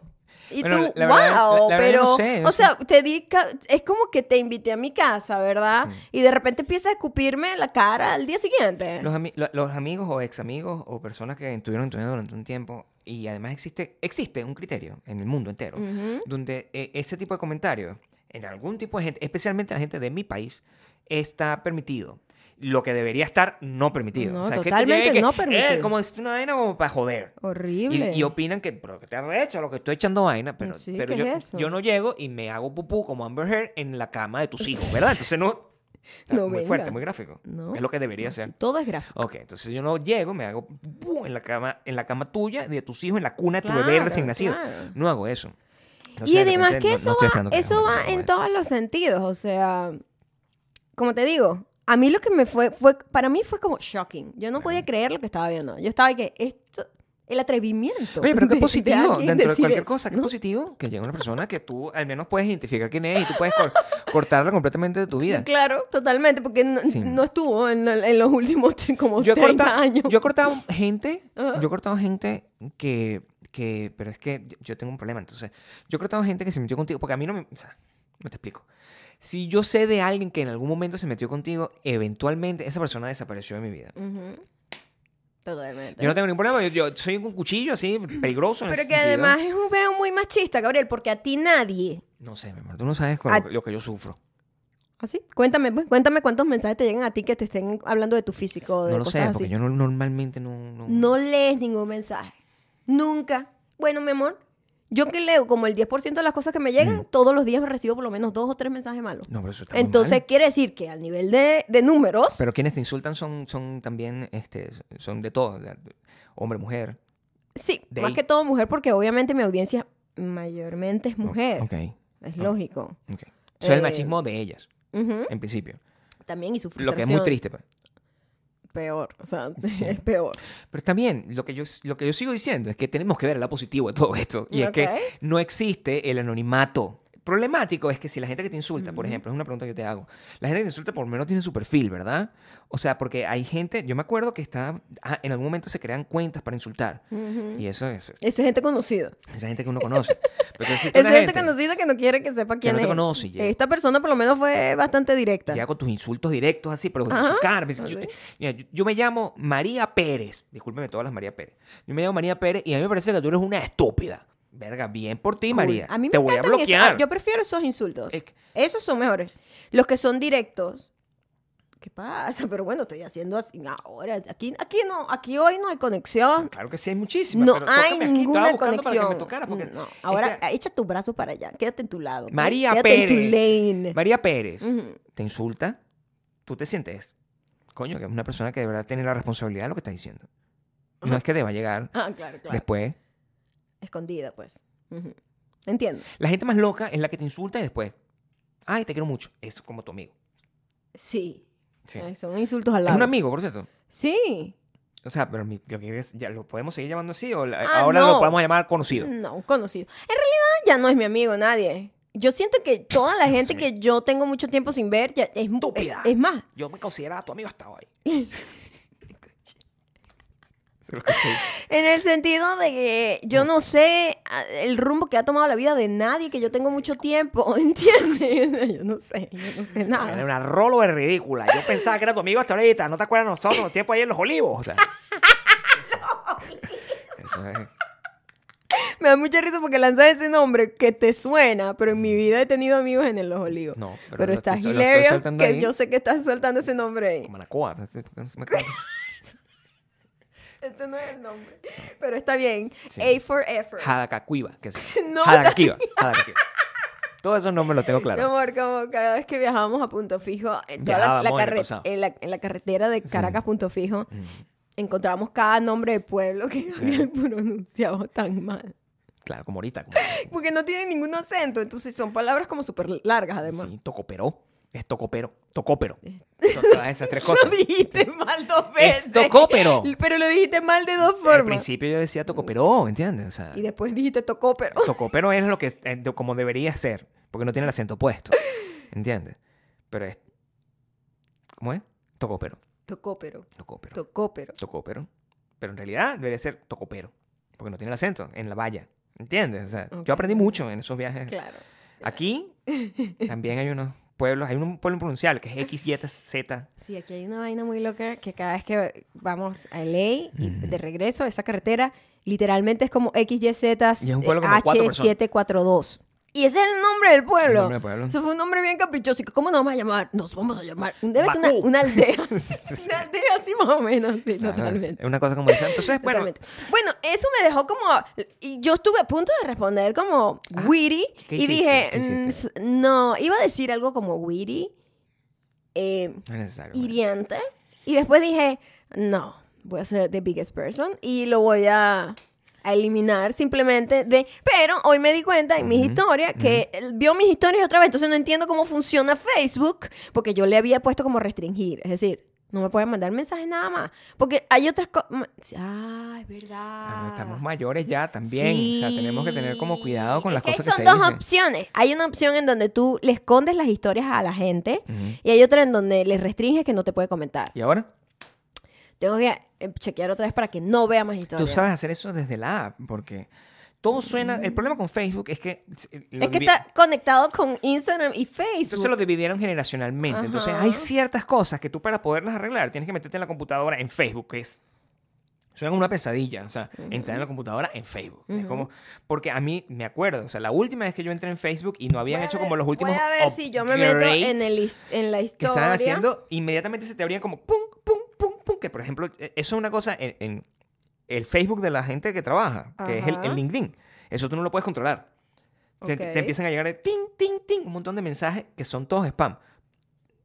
Y Bueno, tú, la wow, verdad- la- la verdad pero, no sé, no o sé. sea, te di, ca- es como que te invité a mi casa, ¿verdad? Y de repente empiezas a escupirme en la cara al día siguiente. Los, ami- lo- los amigos o ex amigos o personas que estuvieron en tu vida durante un tiempo y además existe, existe un criterio en el mundo entero Ujú. donde eh, ese tipo de comentarios en algún tipo de gente, especialmente la gente de mi país, está permitido. Lo que debería estar no permitido. No, o sea, que te totalmente llegue que, no "Eh, permitido". como es una vaina como para joder. Y, Horrible. y opinan que, pero que te arrecha lo que estoy echando vaina, pero, Sí, pero ¿qué yo, es eso? yo no llego y me hago pupú como Amber Heard en la cama de tus hijos, ¿verdad? Entonces no... está No muy venga. fuerte, muy gráfico. No. Es lo que debería ser. Todo es gráfico. Ok, entonces yo no llego, me hago ¡bu! en la cama, en la cama tuya, de tus hijos, en la cuna de tu bebé Claro, recién nacido. claro. No hago eso. No y sé, de además repente que no- eso no va, estoy esperando que eso hagan va eso, en bueno. todos los sentidos, o sea, como te digo, a mí lo que me fue, fue para mí fue como shocking. Yo no podía creer lo que estaba viendo. Yo estaba que esto, el atrevimiento. Oye, pero qué de- de positivo, alguien dentro de decir cualquier eso, cosa, qué ¿no? positivo que llegue una persona que tú al menos puedes identificar quién es y tú puedes cor- cortarla completamente de tu vida. Claro, totalmente, porque no, Sí. no estuvo en, en los últimos como Yo he, 30 cortado, años. yo he cortado gente, Ajá. yo he cortado gente que, que, pero es que yo tengo un problema, entonces, yo he cortado gente que se metió contigo, porque a mí no me, o sea, no te explico. Si yo sé de alguien que en algún momento se metió contigo, eventualmente esa persona desapareció de mi vida. Ujú. Totalmente. Yo no tengo ningún problema, yo, yo soy un cuchillo así, peligroso. en Pero ese que sentido. además es un veo muy machista, Gabriel, porque a ti nadie. No sé, mi amor, tú no sabes con A- lo, que- lo que yo sufro. ¿Así? Cuéntame, pues, cuéntame cuántos mensajes te llegan a ti que te estén hablando de tu físico, de No lo cosas sé, así. porque yo no- normalmente no... no- No lees ningún mensaje. Nunca. Bueno, mi amor, yo que leo como el 10% de las cosas que me llegan, todos los días recibo por lo menos dos o tres mensajes malos. Mm. No, pero eso está muy mal. Entonces, quiere decir que al nivel de, de números, Pero quienes te insultan son, son también, este, son de todo, de- de- hombre, mujer. sí, de más ahí- que todo mujer, porque obviamente mi audiencia mayormente es mujer. Ok, Es lógico. ok. O sea, Eh, el machismo de ellas, Ujú. en principio. También y su Lo que es frustración. muy triste. pues. Peor, o sea, es peor. Pero también, lo que, yo, lo que yo sigo diciendo es que tenemos que ver el lado positivo de todo esto. Y es Ok. que no existe el anonimato. Problemático es que si la gente que te insulta, por ejemplo, es una pregunta que te hago, la gente que te insulta por lo menos tiene su perfil, ¿verdad? O sea, porque hay gente, yo me acuerdo que está, ah, en algún momento se crean cuentas para insultar. Y eso es, Esa gente conocida. esa gente que uno conoce. Pero existe Esa una gente conocida que no quiere que sepa quién no te es. conoce, ya. Esta persona por lo menos fue bastante directa. Ya con tus insultos directos así, pero de Ajá, su cara. me dice, así. Yo, te- mira, yo- yo me llamo María Pérez. Discúlpeme todas las María Pérez. Yo me llamo María Pérez y a mí me parece que tú eres una estúpida. Verga, bien por ti, Cool. María. A mí me Te voy a encantan esos- ah, bloquear. Yo prefiero esos insultos. Es que- Esos son mejores. Los que son directos. ¿Qué pasa? Pero bueno, estoy haciendo así ahora. Aquí, aquí no, aquí hoy no hay conexión. Claro que sí, hay muchísimas. No pero tócame hay aquí. Estaba ninguna buscando para que conexión. me tocaras, porque No, es ahora que- echa tu brazo para allá. Quédate en tu lado. ¿ok? María Quédate Pérez. en tu lane. María Pérez Ujú. te insulta. Tú te sientes, coño, que es una persona que de verdad tiene la responsabilidad de lo que está diciendo. No es que te va a llegar Ah, claro, claro. después. Escondida, pues. Ujú. Entiendo. La gente más loca es la que te insulta y después, ay, te quiero mucho. Es como tu amigo. Sí. Sí. Ay, son insultos al Es lado. un amigo, por cierto. Sí. O sea, pero mi- lo que quieres, ya lo podemos seguir llamando así o la- Ah, ahora no. Mm. lo podemos llamar conocido. No, conocido. En realidad ya no es mi amigo nadie. Yo siento que toda la gente mío. que yo tengo mucho tiempo sin ver ya es, mu- es, Estúpida. es más. Yo me consideraba tu amigo hasta hoy. Eso es lo que estoy- En el sentido de que yo no sé ah, el rumbo que ha tomado la vida de nadie que yo tengo mucho tiempo, ¿entiendes? Yo no sé, yo no sé Era nada. una rolo ridícula. Yo pensaba que era tu amigo hasta ahorita. ¿No te acuerdas de nosotros? Los tiempos ahí en Los Olivos. O sea. Eso es. Me da mucha risa porque lanzas ese nombre que te suena, pero en mi vida he tenido amigos en el Los Olivos. No, pero, pero lo estás estoy- lo estoy hilarious soltando que ahí. yo sé que estás soltando ese nombre ahí. Manacoa. Este no es el nombre, pero está bien. Sí. A for effort. Jadacacuiba. que es- No, Jadacaquiba. Jadacaquiba. Todos esos nombres los tengo Mi claros. amor, como cada vez que viajábamos a Punto Fijo, en, toda la, Viajábamos la en el carre- pasado. Mm. en la- en la carretera de Caracas Punto Fijo, encontramos cada nombre de pueblo que Gabriel pronunciaba tan mal. Claro, como ahorita. Como, Porque no tiene ningún acento, entonces son palabras como súper largas además. Sí, tocoperó. Es tocopero. Tocópero. Todas esas tres cosas. Lo dijiste mal dos veces. Es tocópero. Pero lo dijiste mal de dos Al formas. principio yo decía tocopero, ¿entiendes? O sea, Y después dijiste tocó, pero... tocopero es lo que es- eh, de- como debería ser, porque no tiene el acento puesto, ¿entiendes? Pero es ¿cómo es? Tocopero, Tocó, pero... tocopero, Tocó, pero... tocopero. Pero en realidad debería ser tocopero, porque no tiene el acento en la valla. ¿Entiendes? O sea, Ok. Yo aprendí mucho en esos viajes. Claro. Aquí también hay unos pueblos, hay un pueblo pronuncial que es X, Y, Z. Sí, aquí hay una vaina muy loca que cada vez que vamos a LA y de regreso a esa carretera, literalmente es como XYZ Y es un pueblo como cuatro personas. H742. Y ese es el nombre del pueblo. nombre del pueblo. Eso fue un nombre bien caprichoso. ¿Y ¿Cómo nos vamos a llamar? Nos vamos a llamar. Debe ser una, Bakú. Ah, una aldea. una aldea así más o menos. Sí, Claro, es- totalmente. Es una cosa como esa. Entonces, bueno, Totalmente. Bueno, eso me dejó como. y Yo estuve a punto de responder como witty Ah, ¿qué y hiciste? dije, ¿Qué mm, hiciste? s- no, iba a decir algo como witty, eh, no es necesario. hiriente, y después dije, no, voy a ser the biggest person y lo voy a, a eliminar simplemente de. Pero hoy me di cuenta en mis historias que él vio mis historias otra vez, entonces no entiendo cómo funciona Facebook, porque yo le había puesto como restringir, es decir. No me pueden mandar mensajes nada más. Porque hay otras cosas. Ah, es verdad. Ah, Estamos mayores ya también. O sea, tenemos que tener como Sí. cuidado con Es las que cosas que se Son dos dicen. opciones. Hay una opción en donde tú le escondes las historias a la gente Ujú. y hay otra en donde les restringes que no te puede comentar. ¿Y ahora? Tengo que eh, chequear otra vez para que no vea más historias. Tú sabes hacer eso desde la app, porque todo suena. El problema con Facebook es que. eh, lo es que divi- está conectado con Instagram y Facebook. Entonces lo dividieron generacionalmente. Entonces Ajá. hay ciertas cosas que tú para poderlas arreglar tienes que meterte en la computadora en Facebook, que es... Suena como una pesadilla, o sea, entrar en la computadora en Facebook. Es como, porque a mí me acuerdo, o sea, la última vez que yo entré en Facebook y no habían Voy a hecho ver- como los últimos Voy a ver si yo me meto upgrades en, el, his- en la que historia. estaban haciendo, inmediatamente se te abrían como pum, pum, pum, pum. Que por ejemplo, eh, eso es una cosa en, en el Facebook de la gente que trabaja, que es el, Ajá. el LinkedIn. Eso tú no lo puedes controlar. Te, te- te Ok. empiezan a llegar de ting, ting, ting, un montón de mensajes que son todos spam.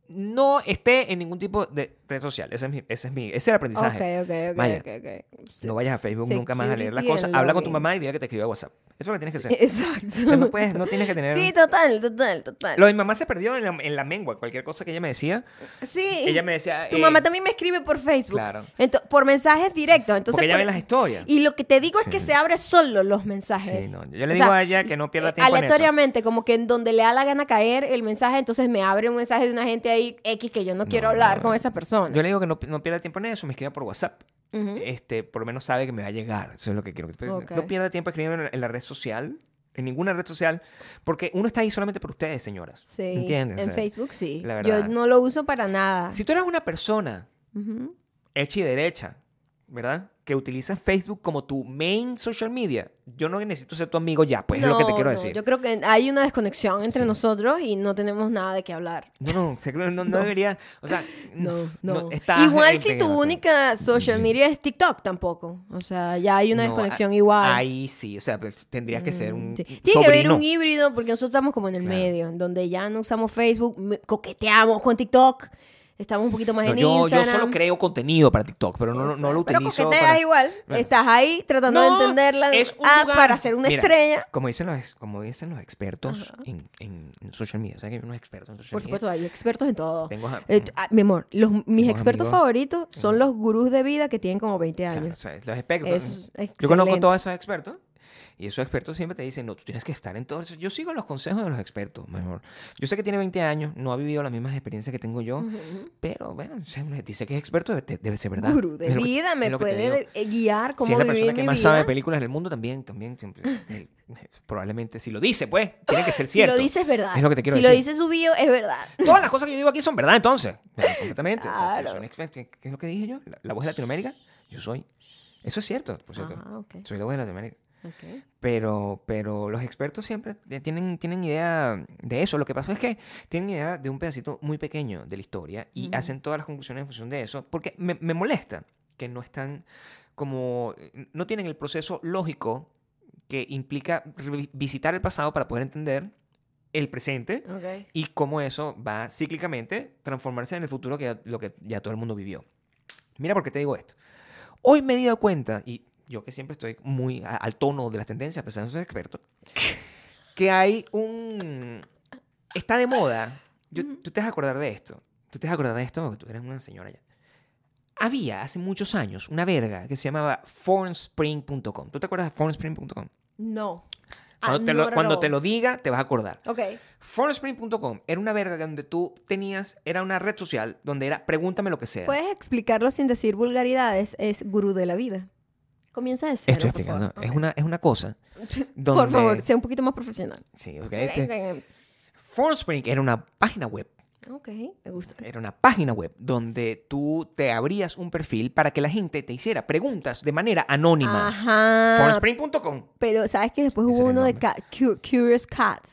No esté en ningún tipo de red social. Ese es, mi, ese es, mi, ese es el aprendizaje. Ok, ok, ok, Maya, ok, ok. No vayas a Facebook nunca más a leer las Security cosas. and Habla con tu login. mamá y dile que te escriba WhatsApp. Eso es lo que tienes que hacer. Exacto. O sea, no, puedes, no tienes que tener... Sí, total, total, total. Lo de mi mamá se perdió en la, en la mengua. Cualquier cosa que ella me decía, Sí. ella me decía... Tu eh, mamá también me escribe por Facebook. Claro. Ento- por mensajes directos. Entonces, Pues, porque ella por- ve las historias. Y lo que te digo es que Sí. se abre solo los mensajes. Sí, no, yo le digo a ella que no pierda eh, tiempo en eso. Aleatoriamente, como que en donde le da la gana caer el mensaje, entonces me abre un mensaje de una gente ahí X que yo no quiero hablar con esa persona. Yo le digo que no, no pierda tiempo en eso, me escriba por WhatsApp. este, por lo menos sabe que me va a llegar. Eso es lo que quiero. que- Ok. No pierda tiempo escribiendo en, en la red social, en ninguna red social, porque uno está ahí solamente por ustedes, señoras. Sí. ¿Entiendes? O En sea, Facebook sí. la yo verdad. no lo uso para nada. Si tú eres una persona Ujú. hecha y derecha, ¿verdad? Que utilizas Facebook como tu main social media, yo no necesito ser tu amigo ya, pues es lo que te No, quiero no, decir. Yo creo que hay una desconexión entre Sí. nosotros y no tenemos nada de qué hablar. No, no, se- no, no debería. O sea, No, no. está igual si tu integrado. única social media es TikTok tampoco. O sea, ya hay una No, desconexión a- igual. Mm, Ahí sí, o sea, pues, tendrías que ser un. Sí. Tiene que haber sobrino. un híbrido porque nosotros estamos como en el Claro. medio, en donde ya no usamos Facebook, me- coqueteamos con TikTok, estamos un poquito más No, en yo, yo Instagram. solo creo contenido para TikTok, pero no, no, no lo Pero utilizo. coqueteas para- igual, Bueno. estás ahí tratando No, de entenderla es un ah, lugar. para ser una Mira, estrella. Como dicen los, ex- como dicen los expertos en, en- en social media. ¿Sabes que hay unos expertos en social Por media? supuesto, hay expertos en todo. Tengo a- Eh, t- ah, mi amor, los, mis Tengo expertos amigos. favoritos son los gurús de vida que tienen como 20 Claro, años. o sea, los expertos. Es yo conozco excelente. todos esos expertos. Y esos expertos siempre te dicen, no, tú tienes que estar en todo eso. Yo sigo los consejos de los expertos, mejor. Yo sé que tiene 20 años, no ha vivido las mismas experiencias que tengo yo, pero bueno, o sea, dice que es experto, debe, debe ser verdad. Gurú de Es lo que- vida es me lo que te digo. puede eh, guiar cómo si es la vivir persona que mi más vida. sabe pues, de películas del mundo, también, también, siempre- él- probablemente, si lo dice, pues, tiene que ser si cierto. lo dices es verdad. Es lo que te quiero si lo decir. dice su bio es verdad. Todas las cosas que yo digo aquí son verdad, entonces. Claro, completamente. O sea, si Claro. son expertos, ¿Qué es lo que dije yo? La, la voz de Latinoamérica, yo soy. Eso es cierto, por cierto. Ah, ok. Soy la voz de Latinoamérica. Ok. Pero, pero los expertos siempre te- tienen, tienen idea de eso. Lo que pasa es que tienen idea de un pedacito muy pequeño de la historia y hacen todas las conclusiones en función de eso. Porque me, me molesta que no están como. No tienen el proceso lógico que implica revi- visitar el pasado para poder entender el presente Ok. y cómo eso va cíclicamente transformarse en el futuro que ya, lo que ya todo el mundo vivió. Mira por qué te digo esto. Hoy me he dado cuenta, y yo que siempre estoy muy a- al tono de las tendencias, a pesar de no ser experto, que hay un... Está de moda. Yo- tú te vas a acordar de esto. Tú te vas a acordar de esto porque tú eres una señora ya. Había hace muchos años una verga que se llamaba formspring.com. ¿Tú te acuerdas de formspring.com? Ah, No. Cuando, te, lo, cuando te lo diga, te vas a acordar. Ok. Forespring.com era una verga donde tú tenías, era una red social donde era pregúntame lo que sea. Puedes explicarlo sin decir vulgaridades. Es gurú de la vida. Comienza de cero, Estoy por explicando. favor. Es, Ok. una, es una cosa donde... Por favor, sea un poquito más profesional. Sí, ok. Este, Forespring era una página web. Ok, me gusta. Era una página web donde tú te abrías un perfil para que la gente te hiciera preguntas de manera anónima. Ajá. Forespring.com. Pero sabes que después Ese hubo era el uno de nombre. Cat- Cu- Curious Cat.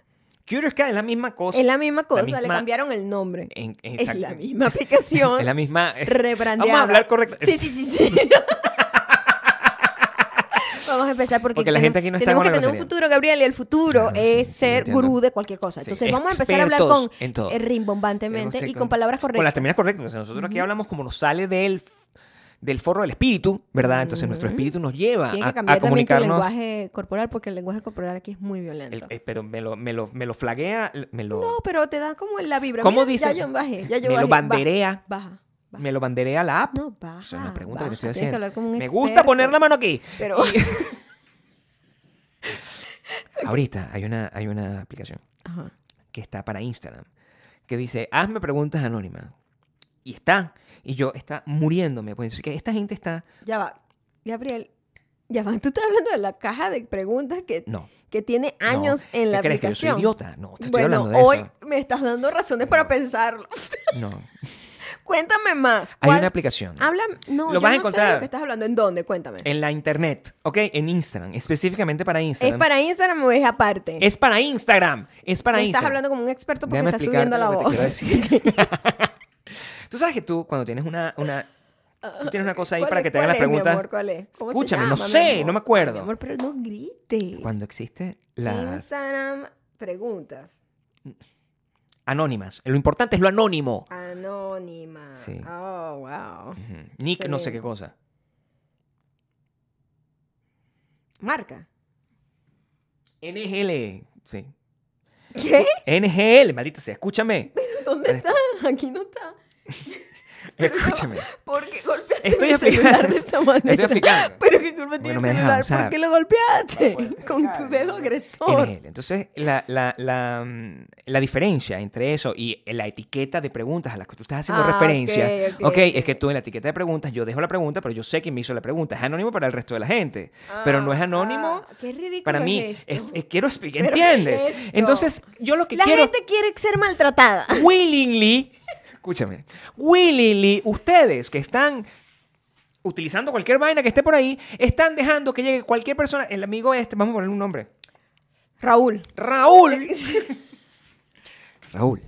Curious Cat es la misma cosa. Es la misma cosa, le misma- cambiaron el nombre. En- Es exacto. la misma aplicación. Es la misma. rebrandeada. Vamos a hablar correcto. Sí, sí, sí, sí. Vamos a empezar porque, Porque la tenemos- gente aquí no está tenemos con que la tener un grosería. futuro, Gabriel, y el futuro Claro, es sí, sí, ser entiendo. gurú de cualquier cosa. Sí, Entonces vamos a empezar a hablar con expertos en todo. eh, rimbombantemente Tenemos que y con palabras correctas. Con las terminas correctas. O sea, nosotros aquí hablamos como nos sale del, f- del forro del espíritu, ¿verdad? Entonces nuestro espíritu nos lleva Tienen a, que a cambiar también tu comunicarnos. lenguaje corporal porque el lenguaje corporal aquí es muy violento. El- eh, pero me lo, me, lo, me lo flaguea, me lo, No, pero te da como la vibra. ¿Cómo Mira, Ya dice? yo bajé, ya yo me bajé. Ba- lo banderea. Baja, baja. Me lo banderea la app. No, baja. O sea, una pregunta que baja. te estoy Tienes que haciendo. hablar como un me experto. gusta poner la mano aquí. Pero Ahorita hay una, hay una aplicación Ajá. que está para Instagram que dice, hazme preguntas anónimas. Y está. Y yo está muriéndome. Pues es que esta gente está... ya va. Gabriel, ya va. Tú estás hablando de la caja de preguntas que, No. que tiene no. años en ¿Qué la crees, aplicación. Que yo soy idiota. No, te estoy bueno, hablando de hoy eso. me estás dando razones para pensarlo. No. Cuéntame más. Hay ¿Cuál- una aplicación Habla, no, Lo yo vas no sé de a lo encontrar. que estás hablando. ¿En dónde? Cuéntame. en la internet, ¿ok? En Instagram, específicamente para ¿Es Instagram. para Instagram o es aparte? Es para Instagram. Es para Me estás Instagram. hablando como un experto porque Déjame estás subiendo la voz. explicarte lo que te quiero decir. tú sabes que tú, cuando tienes una, una, tú tienes una cosa ahí ¿Cuál para es- que te hagan las cuál es, mi preguntas. amor? ¿Cuál es? ¿Cómo se Escúchame, no llama, mi sé, amor? no me acuerdo. Mi amor, pero no grites. Cuando existe las Instagram preguntas. anónimas. Lo importante es lo anónimo. Anónima. Sí. Oh, wow. Ujú. Nick, no sé Excelente. qué cosa. Marca. NGL. Sí. ¿Qué? NGL, maldita sea. Escúchame. ¿Dónde está? Aquí no está. Escúchame. ¿Por qué golpeaste Estoy mi celular explicando. de esa manera? Estoy explicando. Pero qué culpa tiene no el me deja celular. ¿Por avanzar. Eh, qué lo golpeaste? puedo Con tu explicar. dedo agresor. NGL. Entonces, la, la, la, mm, la diferencia entre eso y la etiqueta de preguntas a las que tú estás haciendo Ah, referencia, ok, ok, es que ok. tú en la etiqueta de preguntas, yo dejo la pregunta, pero yo sé quién me hizo la pregunta. Es anónimo para el resto de la gente, pero no es Ah, anónimo ah, qué ridículo para es mí. esto. Es- es- quiero explicar, Pero ¿qué es ¿entiendes? esto? Entonces, yo lo que La quiero, gente quiere ser maltratada. willingly, escúchame, willingly, ustedes que están utilizando cualquier vaina que esté por ahí, están dejando que llegue cualquier persona, el amigo este, vamos a ponerle un nombre. Raúl. Eh, Raúl. Raúl.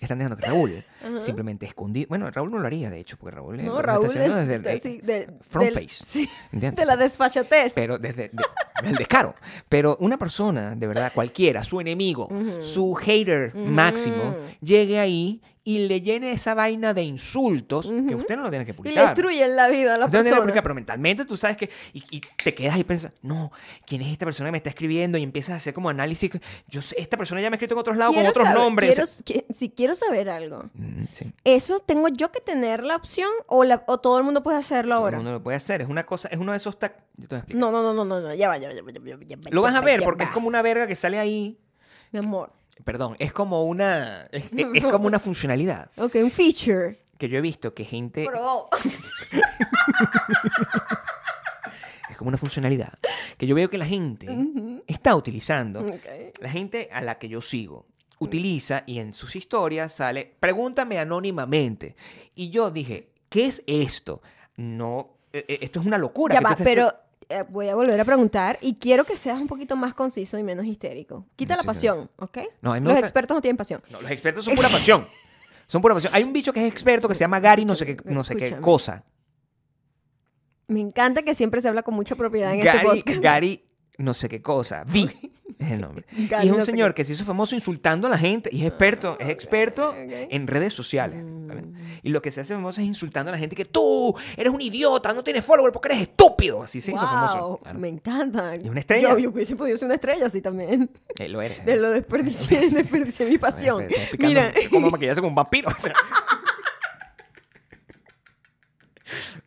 Están dejando que Raúl simplemente escondido. Bueno, Raúl no lo haría, de hecho, porque Raúl, eh, lo No, está Raúl. haciendo es- desde el- sí, eh, del- front del- face. sí, ¿entiendes? de la desfachatez. Pero desde de- del descaro. Pero una persona, de verdad, cualquiera, su enemigo, su hater máximo, llegue ahí y le llene esa vaina de insultos que usted no lo tiene que y publicar. le destruyen la vida a la Usted no tiene que persona. publicar, pero mentalmente tú sabes que. Y, y te quedas ahí pensando, no, ¿quién es esta persona que me está escribiendo? Y empiezas a hacer como análisis. Yo sé, esta persona ya me ha escrito en otros lados con Quiero otros saber- nombres. quiero- que- si quiero saber algo, Mm, sí. ¿eso tengo yo que tener la opción o, la- o todo el mundo puede hacerlo Todo el ahora? mundo lo puede hacer. Es una cosa, es uno de esos tac. Yo te voy a explicar. No, no, no, no, no, no, ya va, ya va, ya va, ya va, ya va, Lo vas ya a va, ver ya porque es va. como una verga que sale ahí. Mi amor, Perdón, es como una. Es, es- es como una funcionalidad ok, un feature. que yo he visto que gente. Pero, oh, Es como una funcionalidad que yo veo que la gente está utilizando. ok. Mm. La gente a la que yo sigo utiliza y en sus historias sale, pregúntame anónimamente. Y yo dije, ¿qué es esto? No, eh, eh, esto es una locura. Ya que tú va, estés- pero eh, voy a volver a preguntar y quiero que seas un poquito más conciso y menos histérico. Quita la Muchísimas. pasión, ¿ok? No, a mí me Los gusta- expertos no tienen pasión. No, los expertos son pura pasión. Son pura pasión. Hay un bicho que es experto que se llama Gary no sé qué, Escúchame, no sé qué escúchame. cosa. Me encanta que siempre se habla con mucha propiedad en este Gary, podcast. Gary no sé qué cosa. Vi es el nombre. Gary y es un no sé señor que se hizo famoso insultando a la gente y es experto, es experto ok. Mm. en redes sociales. ¿vale? Y lo que se hace famoso es insultando a la gente que tú eres un idiota, no tienes follower porque eres estúpido. Así se hizo famoso. Mm, Wow, Claro. Me encanta. Y una estrella. Yo, yo hubiese podido ser una estrella así también. Eh, lo eres. De lo desperdicié, desperdicié mi Bueno, pasión. te estás picando Mira, Como maquillarse como un vampiro. o sea.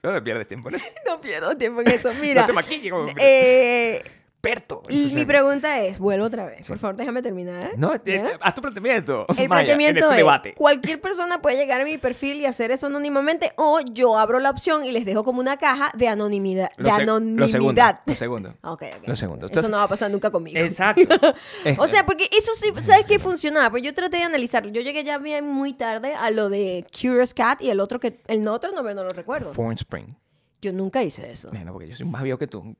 Solo pierdes tiempo en eso. no pierdo tiempo en eso. Mira, No te maquilles como un vampiro. eh, experto. en Y social mi media. pregunta es, vuelvo otra vez, por Sí. favor déjame terminar. No, eh, ¿Ya? eh, haz tu planteamiento. El Maya, en planteamiento este es, debate. cualquier persona puede llegar a mi perfil y hacer eso anónimamente o yo abro la opción y les dejo como una caja de anonimidad. Lo de se- Lo segundo. anonimidad. Lo segundo. Ah, ok, ok. Lo segundo. eso Entonces- no va a pasar nunca conmigo. Exacto. O sea, porque eso sí, ¿sabes qué funcionaba? Pues yo traté de analizarlo. Yo llegué ya bien muy tarde a lo de Curious Cat y el otro que, el otro no, me- no lo recuerdo. Form Spring. Yo nunca hice eso. Bueno, porque yo soy más viejo que tú.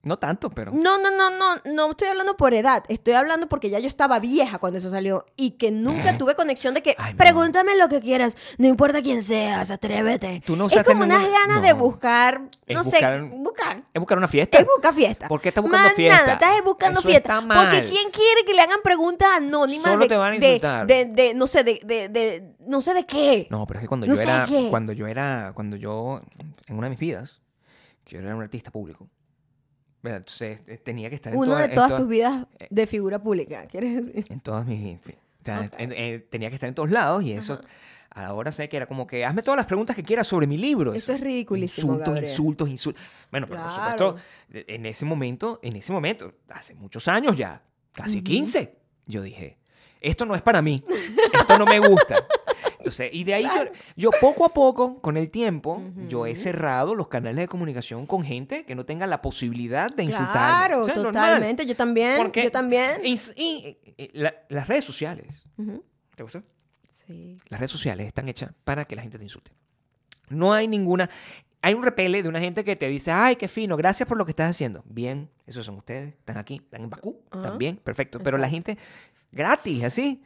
No tanto, pero. No, no, no, no, no estoy hablando por edad, estoy hablando porque ya yo estaba vieja cuando eso salió y que nunca tuve conexión de que Ay, mi pregúntame lo que quieras, no importa quién seas, atrévete. Tú no es usaste como unas ningún- ganas de no. buscar, Es no buscar- sé, buscar. ¿Es buscar una fiesta? Es buscar fiesta. ¿Por qué estás buscando Más fiesta? Nada, estás buscando Eso fiesta. está mal. Porque quién quiere que le hagan preguntas anónimas Solo de, te van a de- insultar. De, de- no sé, de, de- de- no sé de qué. No, pero es que cuando No yo sé era. qué. Cuando yo era. Cuando yo. En una de mis vidas. que Yo era un artista público. ¿verdad? Entonces eh, tenía que estar en Uno de en eh, todas tus vidas de figura pública, ¿quieres decir? En todas mis. sí. O sea, Ok. en- en- tenía que estar en todos lados y eso. A la hora sé que era como que hazme todas las preguntas que quieras sobre mi libro. Eso es ridiculísimo, Insultos, Gabriel. insultos, insultos. Bueno, pero por Claro. supuesto, eh, en ese momento, en ese momento, hace muchos años ya, casi Ujú. 15, yo dije, esto no es para mí, esto no me gusta. Entonces, y de ahí yo, yo poco a poco, con el tiempo, yo he Ujú. cerrado los canales de comunicación con gente que no tenga la posibilidad de insultarme. Claro, O sea, normal. totalmente. Yo también. Porque- Yo también. Ins- y- y- y- la- las redes sociales. Ujú. ¿Te gustó? Sí. Las redes sociales están hechas para que la gente te insulte. No hay ninguna. Hay un repele de una gente que te dice, ay, qué fino, gracias por lo que estás haciendo. Bien, esos son ustedes, están aquí, están en Bakú, Ajá. están bien, perfecto. Pero la gente, gratis, así.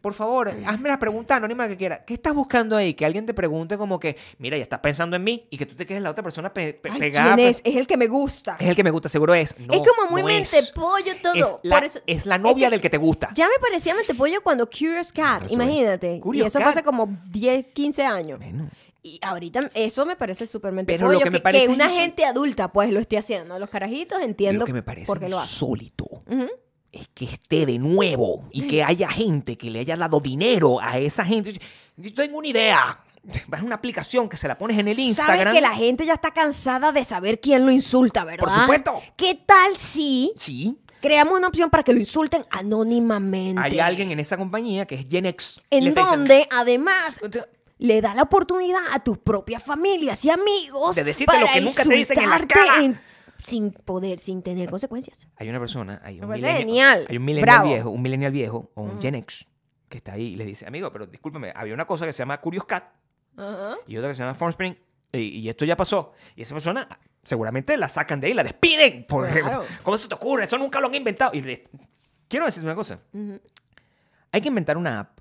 Por favor, hazme la pregunta anónima que quieras. ¿Qué estás buscando ahí? Que alguien te pregunte como que, mira, ya estás pensando en mí y que tú te quedes la otra persona pe- pe- Ay, pegada. pues, ¿quién es? Es el que me gusta. Es el que me gusta, seguro es. No, es como muy no es. mente pollo todo. Es la, Por eso- es la novia que del que te gusta. Ya me parecía mente pollo cuando Curious Cat, Eso es. imagínate. y Curious eso fue Cat. hace como 10, 15 años. Bueno, Y ahorita eso me parece súper mente Pero pollo. lo que me parece una insu- gente adulta pues lo esté haciendo. Los carajitos entiendo lo que me parece por qué lo hacen. insólito Ujú. es que esté de nuevo y que haya gente que le haya dado dinero a esa gente. Yo tengo una idea. Vas a una aplicación que se la pones en el Instagram. Sabes que la gente ya está cansada de saber quién lo insulta, ¿verdad? supuesto. ¿Qué tal si Sí, creamos una opción para que lo insulten anónimamente? hay alguien en esa compañía que es Genex. En donde, además, Entonces, le da la oportunidad a tus propias familias y amigos De decirte lo que nunca te dicen en la insultarte cara. sin poder, sin tener consecuencias. Hay una persona, hay Me un parece millennial, genial. hay un millennial Bravo. Mm. viejo, un millennial viejo o un Gen X que está ahí y le dice, amigo, pero discúlpeme, había una cosa que se llama Curious Cat y otra que se llama Formspring y, y esto ya pasó. Y esa persona seguramente la sacan de ahí, la despiden. Porque, Claro. ¿Cómo se te ocurre? Eso nunca lo han inventado. Y le- quiero decirte una cosa. Ujú. Hay que inventar una app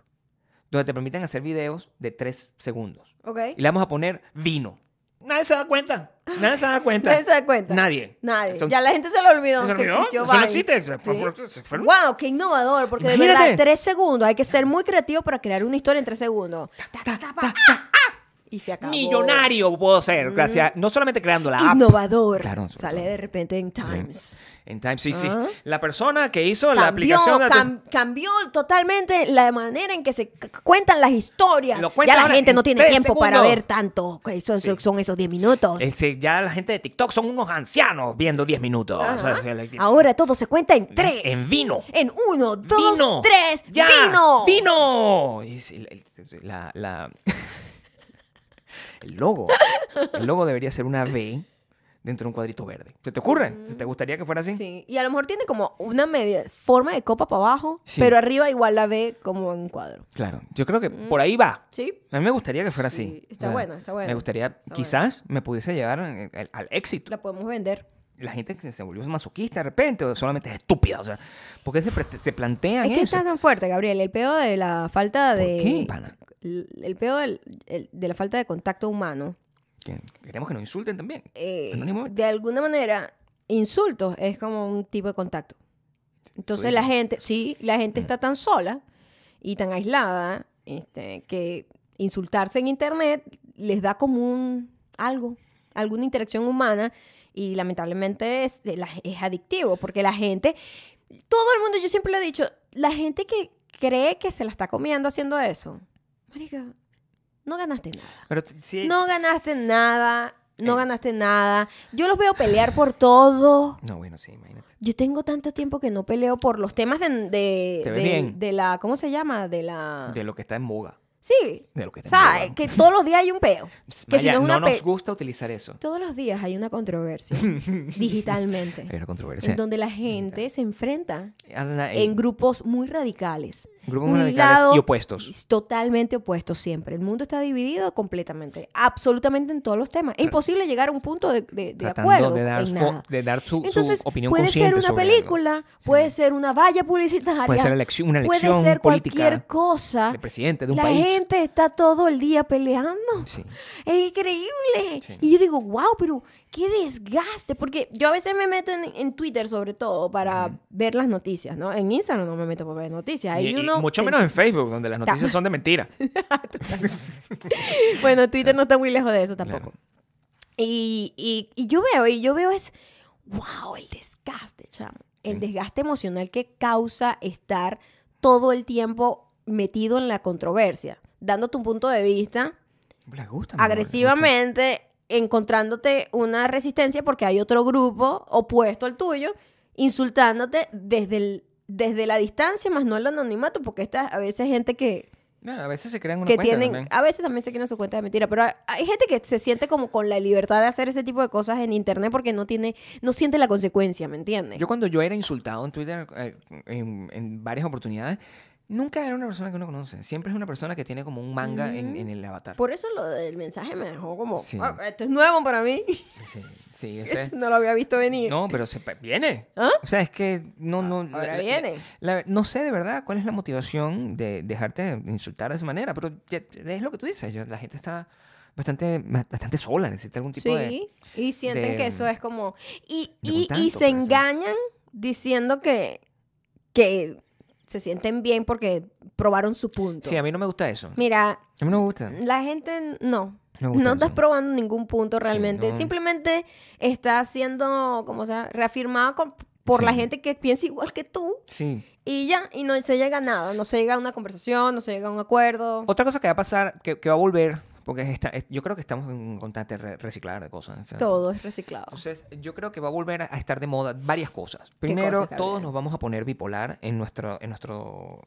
donde te permitan hacer videos de 3 segundos. Ok. Y le vamos a poner vino. Nadie se da cuenta. Nadie se da cuenta. Nadie se da cuenta. Nadie. Nadie. Son- ya la gente se lo olvidó ¿Se que olvidó? existió Eso no Vine. existe. Se fue- fue- se fue- Wow, qué innovador, porque de Imagínate. verdad, tres segundos, hay que ser muy creativo para crear una historia en tres segundos. Ta, ta, ta, pa, ah, ah, y se acabó. Millonario puedo ser. Gracias. No solamente creando la app. Innovador. Claro, sobre Sale todo. de repente en Times. En Time, sí, sí. Ah. La persona que hizo la cambió, aplicación. de- cam- cambió totalmente la manera en que se c- cuentan las historias. Lo cuentan ya la ahora gente en no tiene tres tiempo para segundos. ver tanto. que Eso, eso- Sí. Son esos 10 minutos. Ese- Eh, ya la gente de TikTok son unos ancianos viendo 10 minutos. O sea, Ajá. se le- Ahora todo se cuenta en tres. En vino. En uno, dos, ¡Vino! tres. ¡Ya! ¡Vino! ¡Vino! Y es el- el- la- la- el logo. El logo debería ser una V dentro de un cuadrito verde. ¿Se te ocurre? ¿Te gustaría que fuera así? Mm. Sí, y a lo mejor tiene como una media forma de copa para abajo, Sí. pero arriba igual la ve como en un cuadro. Claro. Yo creo que por ahí va. ¿Sí? A mí me gustaría que fuera Mm. Sí, así. está bueno, está bueno. Me gustaría, bueno. quizás me pudiese llevar al, al- al éxito. La podemos vender. La gente que se volvió masoquista de repente o solamente es estúpida. O sea, porque se, pre- se plantean Es que Ah, eso. está tan fuerte, Gabriel. El pedo de la falta ¿Por de. qué, pana? El, el pedo del- el- de la falta de contacto humano. Que- Queremos que nos insulten también. eh, Anónimamente. de alguna manera, insultos es como un tipo de contacto. Entonces la dices. gente, sí, la gente está tan sola y tan aislada este, que insultarse en internet les da como un algo, alguna interacción humana y lamentablemente es, la- es adictivo porque la gente, todo el mundo, yo siempre lo he dicho, la gente que cree que se la está comiendo haciendo eso, marica, no ganaste nada. Pero t- sí, No ganaste nada. no Ellos. ganaste nada. Yo los veo pelear por todo. No, bueno, sí, imagínate. Yo tengo tanto tiempo que no peleo por los temas de, de, Te ve de- bien. de la, ¿cómo se llama? De la... De lo que está en boga. Sí. De lo que Ah. O está sea, en eh, boga. que todos los días hay un peo. Que si Maya, no es una nos pe- gusta utilizar eso. Todos los días hay una controversia digitalmente. Hay una en controversia. donde la gente se enfrenta Ana, eh, en grupos muy radicales. Grupos Un muy radicales lado y opuestos. Totalmente opuestos siempre. El mundo está dividido completamente, absolutamente en todos los temas. Es imposible llegar a un punto de, de- de tratando acuerdo de dar, en su, nada. de dar su, su Entonces, opinión puede ser consciente una sobre algo. película, puede ser una valla publicitaria, Puede ser elecci- una puede elección ser política cualquier cosa. de presidente de un La país. gente está todo el día peleando. Sí. Es increíble. Sí. Y yo digo, wow, pero qué desgaste. Porque yo a veces me meto en, en Twitter, sobre todo, para ver las noticias, ¿no? En Instagram no me meto para ver noticias. Ahí Y- y uno mucho se- menos en Facebook, donde las Ta- noticias son de mentira. Bueno, Twitter no está muy lejos de eso tampoco. Claro. Y, y- y yo veo, y yo veo es, wow, el desgaste, chamo. El Sí. desgaste emocional que causa estar todo el tiempo metido en la controversia, dándote un punto de vista Les gusta. mi amor, les gusta. agresivamente, encontrándote una resistencia porque hay otro grupo opuesto al tuyo, insultándote desde, el, desde la distancia, más no el anonimato, porque esta, a veces hay gente que, Bueno, a veces se crean una que cuenta tienen, también. a veces también se quieren su cuenta de mentira, pero hay- hay gente que se siente como con la libertad de hacer ese tipo de cosas en internet porque no tiene, no siente la consecuencia, ¿me entiendes? Yo cuando yo era insultado en Twitter eh, en, en varias oportunidades, nunca era una persona que uno conoce. Siempre es una persona que tiene como un manga en, en el avatar. Por eso lo del mensaje me dejó como, Sí. "Ah, esto es nuevo para mí, Sí, sí, ese- esto no lo había visto venir. No, pero se pa- viene. ¿Ah? O sea, es que no, no. la- ahora la- viene. la- no sé de verdad cuál es la motivación de dejarte insultar de esa manera, pero ya- es lo que tú dices. yo- la gente está bastante, bastante sola, necesita algún tipo de. Sí, y sienten de, que eso es como... Y, y, de contacto, y puede se ser. engañan diciendo que, que se sienten bien porque probaron su punto. Sí, a mí no me gusta eso. Mira, A mí no me gusta. la gente no. Me gusta No estás eso. probando ningún punto realmente. no. Simplemente estás siendo, como sea, reafirmado con- por la Sí. gente que piensa igual que tú. Sí. Y ya, y no se llega a nada. No se llega a una conversación, no se llega a un acuerdo. Otra cosa que va a pasar, que, que va a volver, porque es esta- es- yo creo que estamos en constante re- reciclar de cosas. o sea, Todo es reciclado. Entonces, yo creo que va a volver a estar de moda varias cosas. Primero, cosas, todos Gabriel? nos nos vamos a poner bipolar en nuestro... En nuestro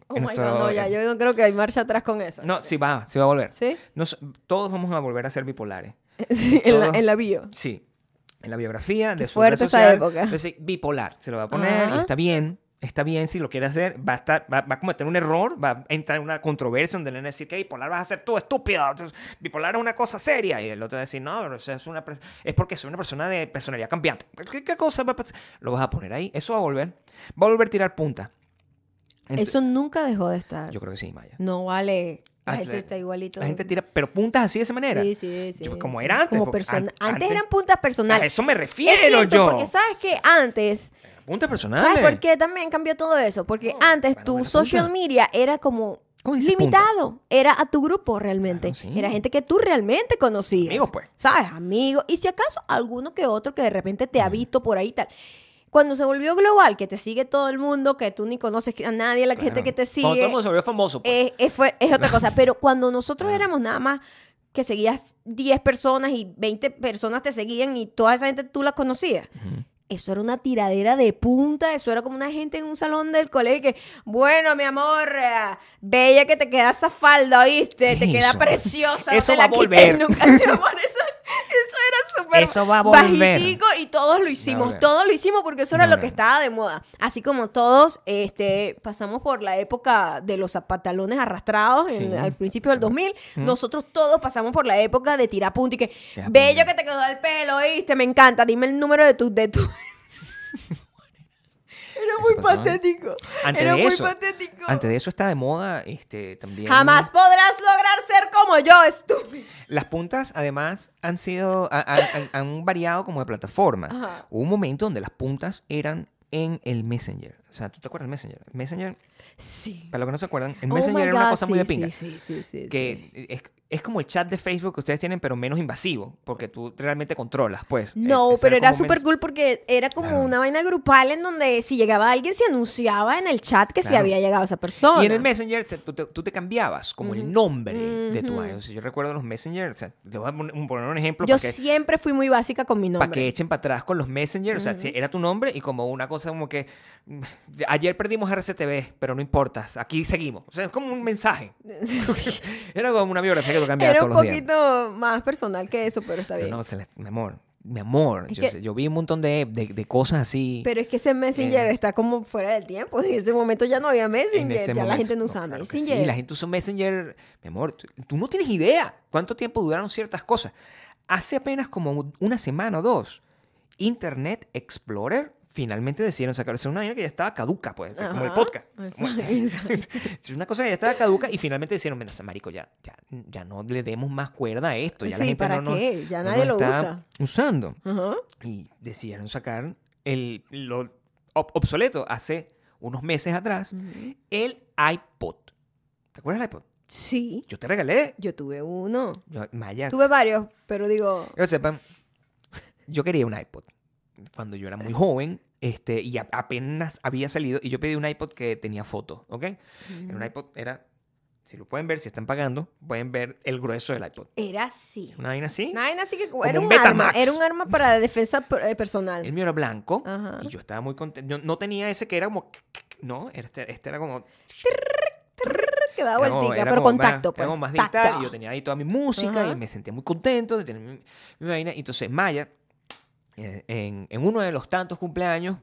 Oh en my nuestro- God, no, ya, yo no creo que hay marcha atrás con eso. No, sí va, sí va a volver. ¿Sí? Nos- todos vamos a volver a ser bipolares. Sí, en la, Todo. en la bio. Sí. En la biografía de su fuerte red esa social, época. dice, bipolar. Se lo va a poner y Ajá. está bien. Está bien si lo quiere hacer. Va a, estar, va, va a cometer un error. Va a entrar en una controversia donde le van a decir que bipolar vas a ser tú, estúpido. Entonces, bipolar es una cosa seria. Y el otro va a decir, no, pero eso es, una, pers- es porque soy una persona de personalidad cambiante. ¿Qué, qué cosa va a pasar? Lo vas a poner ahí. Eso va a volver. Va a volver a tirar punta. Ent- Eso nunca dejó de estar. Yo creo que sí, Maya. No vale. La Ah, gente la- está igualito. La gente tira, pero puntas así de esa manera. Sí, sí, sí. Yo- como sí. era antes. Como porque persona- an- antes, eran puntas A personales. eso me Es refiero cierto, yo. porque sabes que antes, Puntas personales. ¿sabes por qué también cambió todo eso? Porque No, antes bueno, tu bueno, social punta. media era como ¿Cómo dice limitado, era a tu grupo realmente, Claro, sí. era gente que tú realmente conocías. Amigos, pues. ¿Sabes? Amigos, y si acaso alguno que otro que de repente te ha visto por ahí y tal. Cuando se volvió global, que te sigue todo el mundo, que tú ni conoces a nadie, la gente Claro. que te Cuando todo sigue. el mundo se volvió famoso. pues. es, es Eh, fue- es otra cosa. Pero cuando nosotros éramos nada más que seguías 10 personas y 20 personas te seguían y toda esa gente tú las conocías. Eso era una tiradera de punta, eso era como una gente en un salón del colegio que, bueno, mi amor, eh, bella que te queda esa falda, ¿oíste? Te ¿Qué queda eso? preciosa, no Eso te va la a quites volver. nunca, mi amor, eso, eso era súper Eso va a volver. bajitico y todos lo hicimos, volver. todos lo hicimos porque eso era Va a lo que volver. estaba de moda. Así como todos este, pasamos por la época de los pantalones arrastrados en- Sí. al principio del 2000, nosotros todos pasamos por la época de tirapunta y que, Tirapunta. bello que te quedó el pelo, ¿oíste? Me encanta, dime el número de tu... De tu... Era Eso muy pasaba. patético. Antes Era de muy eso, patético. Antes de eso está de moda este, también. Jamás podrás lograr ser como yo, estúpido. Las puntas, además, han sido. ha- ha- han, han variado como de plataforma. Ajá. Hubo un momento donde las puntas eran en el Messenger. O sea, ¿tú te acuerdas del Messenger? Messenger, Sí. para los que no se acuerdan, el Oh Messenger my era una God, cosa sí, muy de sí, pinga. sí, sí, sí, sí. que es- es como el chat de Facebook que ustedes tienen, pero menos invasivo, porque tú realmente controlas, pues. No, Eh, ese pero era como un súper mens- cool porque era como Claro. una vaina grupal en donde si llegaba alguien se anunciaba en el chat que si Claro. había llegado esa persona. Y en el Messenger te- tú, te, tú te cambiabas como el nombre de tu Ujú. vaina. O sea, yo recuerdo los Messenger, o sea, te voy a pon- un- poner un ejemplo Yo para que, siempre fui muy básica con mi nombre. para que echen para atrás con los Messenger. O sea, si era tu nombre y como una cosa como que mm, ayer perdimos RCTV, pero no importa, aquí seguimos. O sea, es como un mensaje. era como una biografía que tú cambiabas Era un todos los días. poquito más personal que eso, pero está Pero bien. no, se le- mi amor, mi amor. Es Yo, que- sé- yo vi un montón de, de- de cosas así. Pero es que ese Messenger Eh. está como fuera del tiempo. En ese momento ya no había en Messenger. Ya ese la momento. gente no No, usaba claro que Messenger. Sí, la gente usa Messenger. Mi amor, tú, tú no tienes idea cuánto tiempo duraron ciertas cosas. Hace apenas como un- una semana o dos, Internet Explorer finalmente decidieron sacar. Es una vaina que ya estaba caduca, pues, como el Ajá. podcast. Como- Exacto. es una cosa que ya estaba caduca y finalmente decidieron, mira, marico, ya, ya, ya no le demos más cuerda a esto. Ya la Sí, gente ¿para no nos- qué? Ya no nadie nos lo está usa. usando. Ajá. Y decidieron sacar el, lo ob- obsoleto hace unos meses atrás, el iPod. ¿Te acuerdas del iPod? Sí, Yo te regalé. yo tuve uno. Yo, Maya. Tuve varios, pero digo, que lo sepan, yo quería un iPod. Cuando yo era muy joven, este, y a- apenas había salido, y yo pedí un iPod que tenía foto, ¿ok? Era un iPod, era, si lo pueden ver, si están pagando, pueden ver el grueso del iPod. era así. Una vaina así. Nine así que era un un, arma. Betamax. Era un arma para defensa per- eh, personal. El mío era blanco Ajá. y yo estaba muy contento. No, no tenía ese que era como. No, este, este era como. que daba era como- vueltica, era pero como más- contacto. era pues, como más tac, digital tac. y yo tenía ahí toda mi música Ajá. y me sentía muy contento de tener mi, mi vaina. Y Entonces, Maya, eh, en, en uno de los tantos cumpleaños,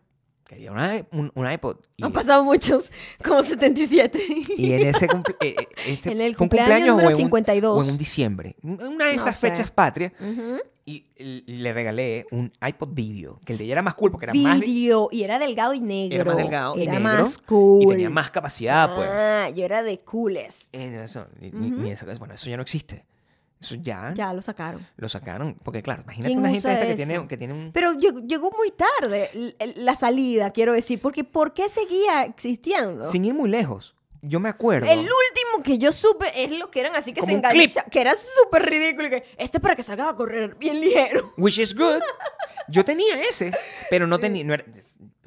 quería una, un, un iPod. Y, Han pasado muchos, como 77. y en ese, cumple- eh, eh, ese- En el fue un cumpleaños número o en un- 52. o en un diciembre. Una de No esas sé. fechas patrias. Ujú. Y l- le regalé un iPod video, que el de ella era más cool porque era más, di- Video. Y era delgado y negro. era más delgado y Era negro, más cool. y tenía más capacidad, pues. Ah, yo era de coolest. Eh, no, eso, ni- ni- ni eso- bueno, eso ya no existe. Eso ya, Ya lo sacaron. lo sacaron. Porque, claro, imagínate ¿Quién una gente usa esta que eso? tiene, que tiene un. Pero llegó, llegó muy tarde l- l- la salida, quiero decir, porque ¿por qué seguía existiendo? Sin ir muy lejos. Yo me acuerdo. El último que yo supe es lo que eran así que Como se un clip. enganchaban, que era súper ridículo y que este es para que salgas a correr bien ligero. Which is good. Yo tenía ese, pero no tenía. No era-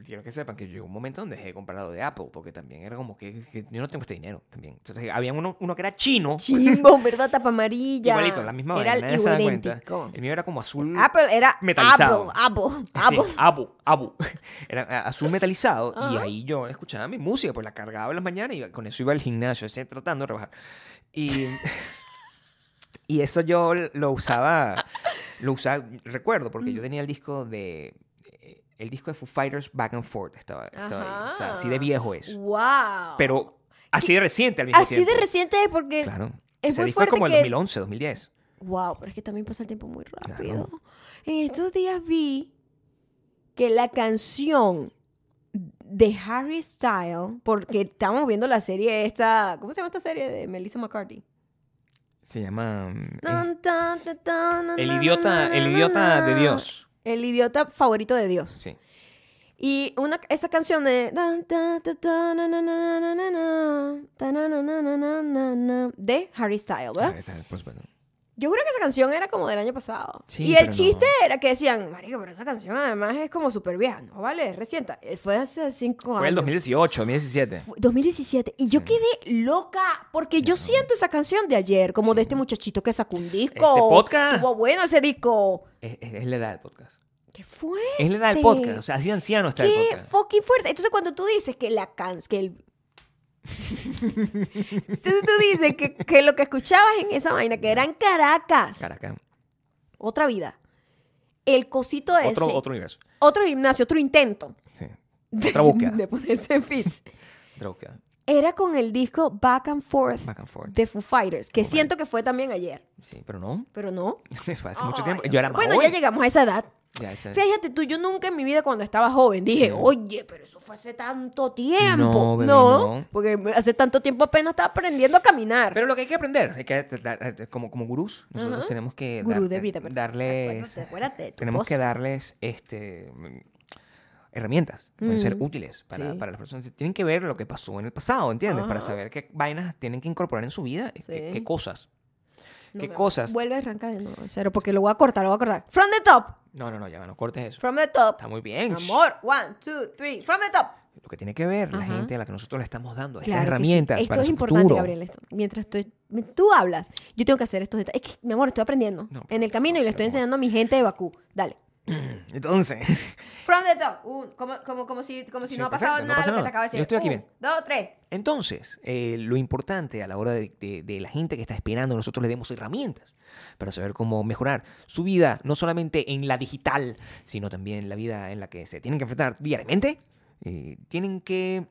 quiero que sepan que llegó un momento donde dejé de comprarlo de Apple, porque también era como que, que yo no tengo este dinero también. Entonces, había uno, uno que era chino. Chimbo, ¿verdad? Tapa amarilla. Igualito, la misma Era vaina, nadie se da cuenta. idéntico. El mío era como azul. Apple era Metalizado. Apple, Apple, Sí, Apple. Abu, Abu. Era eh, azul metalizado. Y ahí yo escuchaba mi música, pues la cargaba en las mañanas y con eso iba al gimnasio, así, tratando de rebajar. Y, y eso yo lo usaba, lo usaba, recuerdo, porque Mm. yo tenía el disco de, eh, el disco de Foo Fighters Back and Forth estaba, estaba ahí. O sea, así de Ajá. viejo es. Wow. Pero así de reciente al mismo así tiempo. de reciente es porque. Claro. es Ese muy disco es fuerte como el que- 2011, 2010. Wow, pero es que también pasa el tiempo muy rápido. Claro. En estos días vi que la canción de Harry Styles, porque estábamos viendo la serie esta, ¿cómo se llama esta serie de Melissa McCarthy? Se llama... mm, eh, Tan, tan, tan, tan, na, el na, na, idiota, na, el na, idiota na. de Dios. El idiota favorito de Dios. Sí. Y una, esa canción de... tan, tan, tan, tan, na, na, na, na, na, na, tan, na, na, na, na, na, na, de Harry Styles, ¿verdad? Ah, está, pues, bueno. Yo creo que esa canción era como del año pasado. Sí, y el pero chiste era que decían, marico, pero esa canción además es como súper vieja, ¿no? Vale, reciente. Eh, Fue hace cinco Fue el años. 2018, 2017. Fue 2017. Y yo quedé loca porque yo siento esa canción de ayer, como de este muchachito que sacó un disco. Este podcast. Estuvo bueno ese disco. Es, es- es la edad del podcast. ¿Qué fue? Es la edad del Te- podcast. O sea, así de anciano está el Qué podcast. fucking fuerte. Entonces, cuando tú dices que la canción. Que el... Entonces, tú dices que, que lo que escuchabas en esa vaina, que eran Caracas. Caracas. otra vida. El cosito ese. Otro, Otro, otro universo. gimnasio, otro intento. Sí. de- Otra búsqueda. De ponerse en fits. Otra búsqueda. Era con el disco Back and Forth Back and forth. de Foo Fighters, que siento que fue también ayer, Sí, pero no. pero no. Fue hace mucho Ay, tiempo. Yo era más Bueno, ya joven. llegamos a esa edad. Ya, esa- Fíjate tú, yo nunca en mi vida cuando estaba joven dije, oye, pero eso fue hace tanto tiempo. No, bebé, no. porque hace tanto tiempo apenas estaba aprendiendo a caminar. Pero lo que hay que aprender, hay que, dar- dar- como, como gurús, nosotros tenemos que Gurú dar- eh, de vida, pero darles, acuérdate, acuérdate de tu eh, tenemos que voz. darles este, mm, herramientas que pueden ser Ujú. útiles para, Mm. Sí. para las personas. Tienen que ver lo que pasó en el pasado, ¿entiendes? Para Ajá. saber eh, qué vainas tienen que incorporar en su vida, qué, Sí. qué cosas. No, ¿Qué mi amor. cosas? Vuelve a arrancar de nuevo de cero porque lo voy a cortar, lo voy a cortar. From the top. No, no, no, ya va, no cortes eso. From the top. Está muy bien. Amor, one, two, three. From the top. Lo que tiene que ver la Ajá. gente a la que nosotros le estamos dando estas Claro que sí. Pues, herramientas Esto para es su importante, futuro. Gabriel. esto. Mientras estoy- me- tú hablas, yo tengo que hacer estos detalles. Es que, mi amor, estoy aprendiendo No, en el pues, camino no y le sea estoy hermosa. enseñando a mi gente de Bakú. Dale. Entonces, From the top. Un- como, como, como si, como si Sí, no ha perfecto, pasado no nada pasa de lo que te nada. acabo de decir. Yo estoy aquí Un, bien. dos, tres. entonces eh, lo importante a la hora de, de- de la gente que está esperando, nosotros le demos herramientas para saber cómo mejorar su vida, no solamente en la digital, sino también la vida en la que se tienen que enfrentar diariamente. Eh, tienen que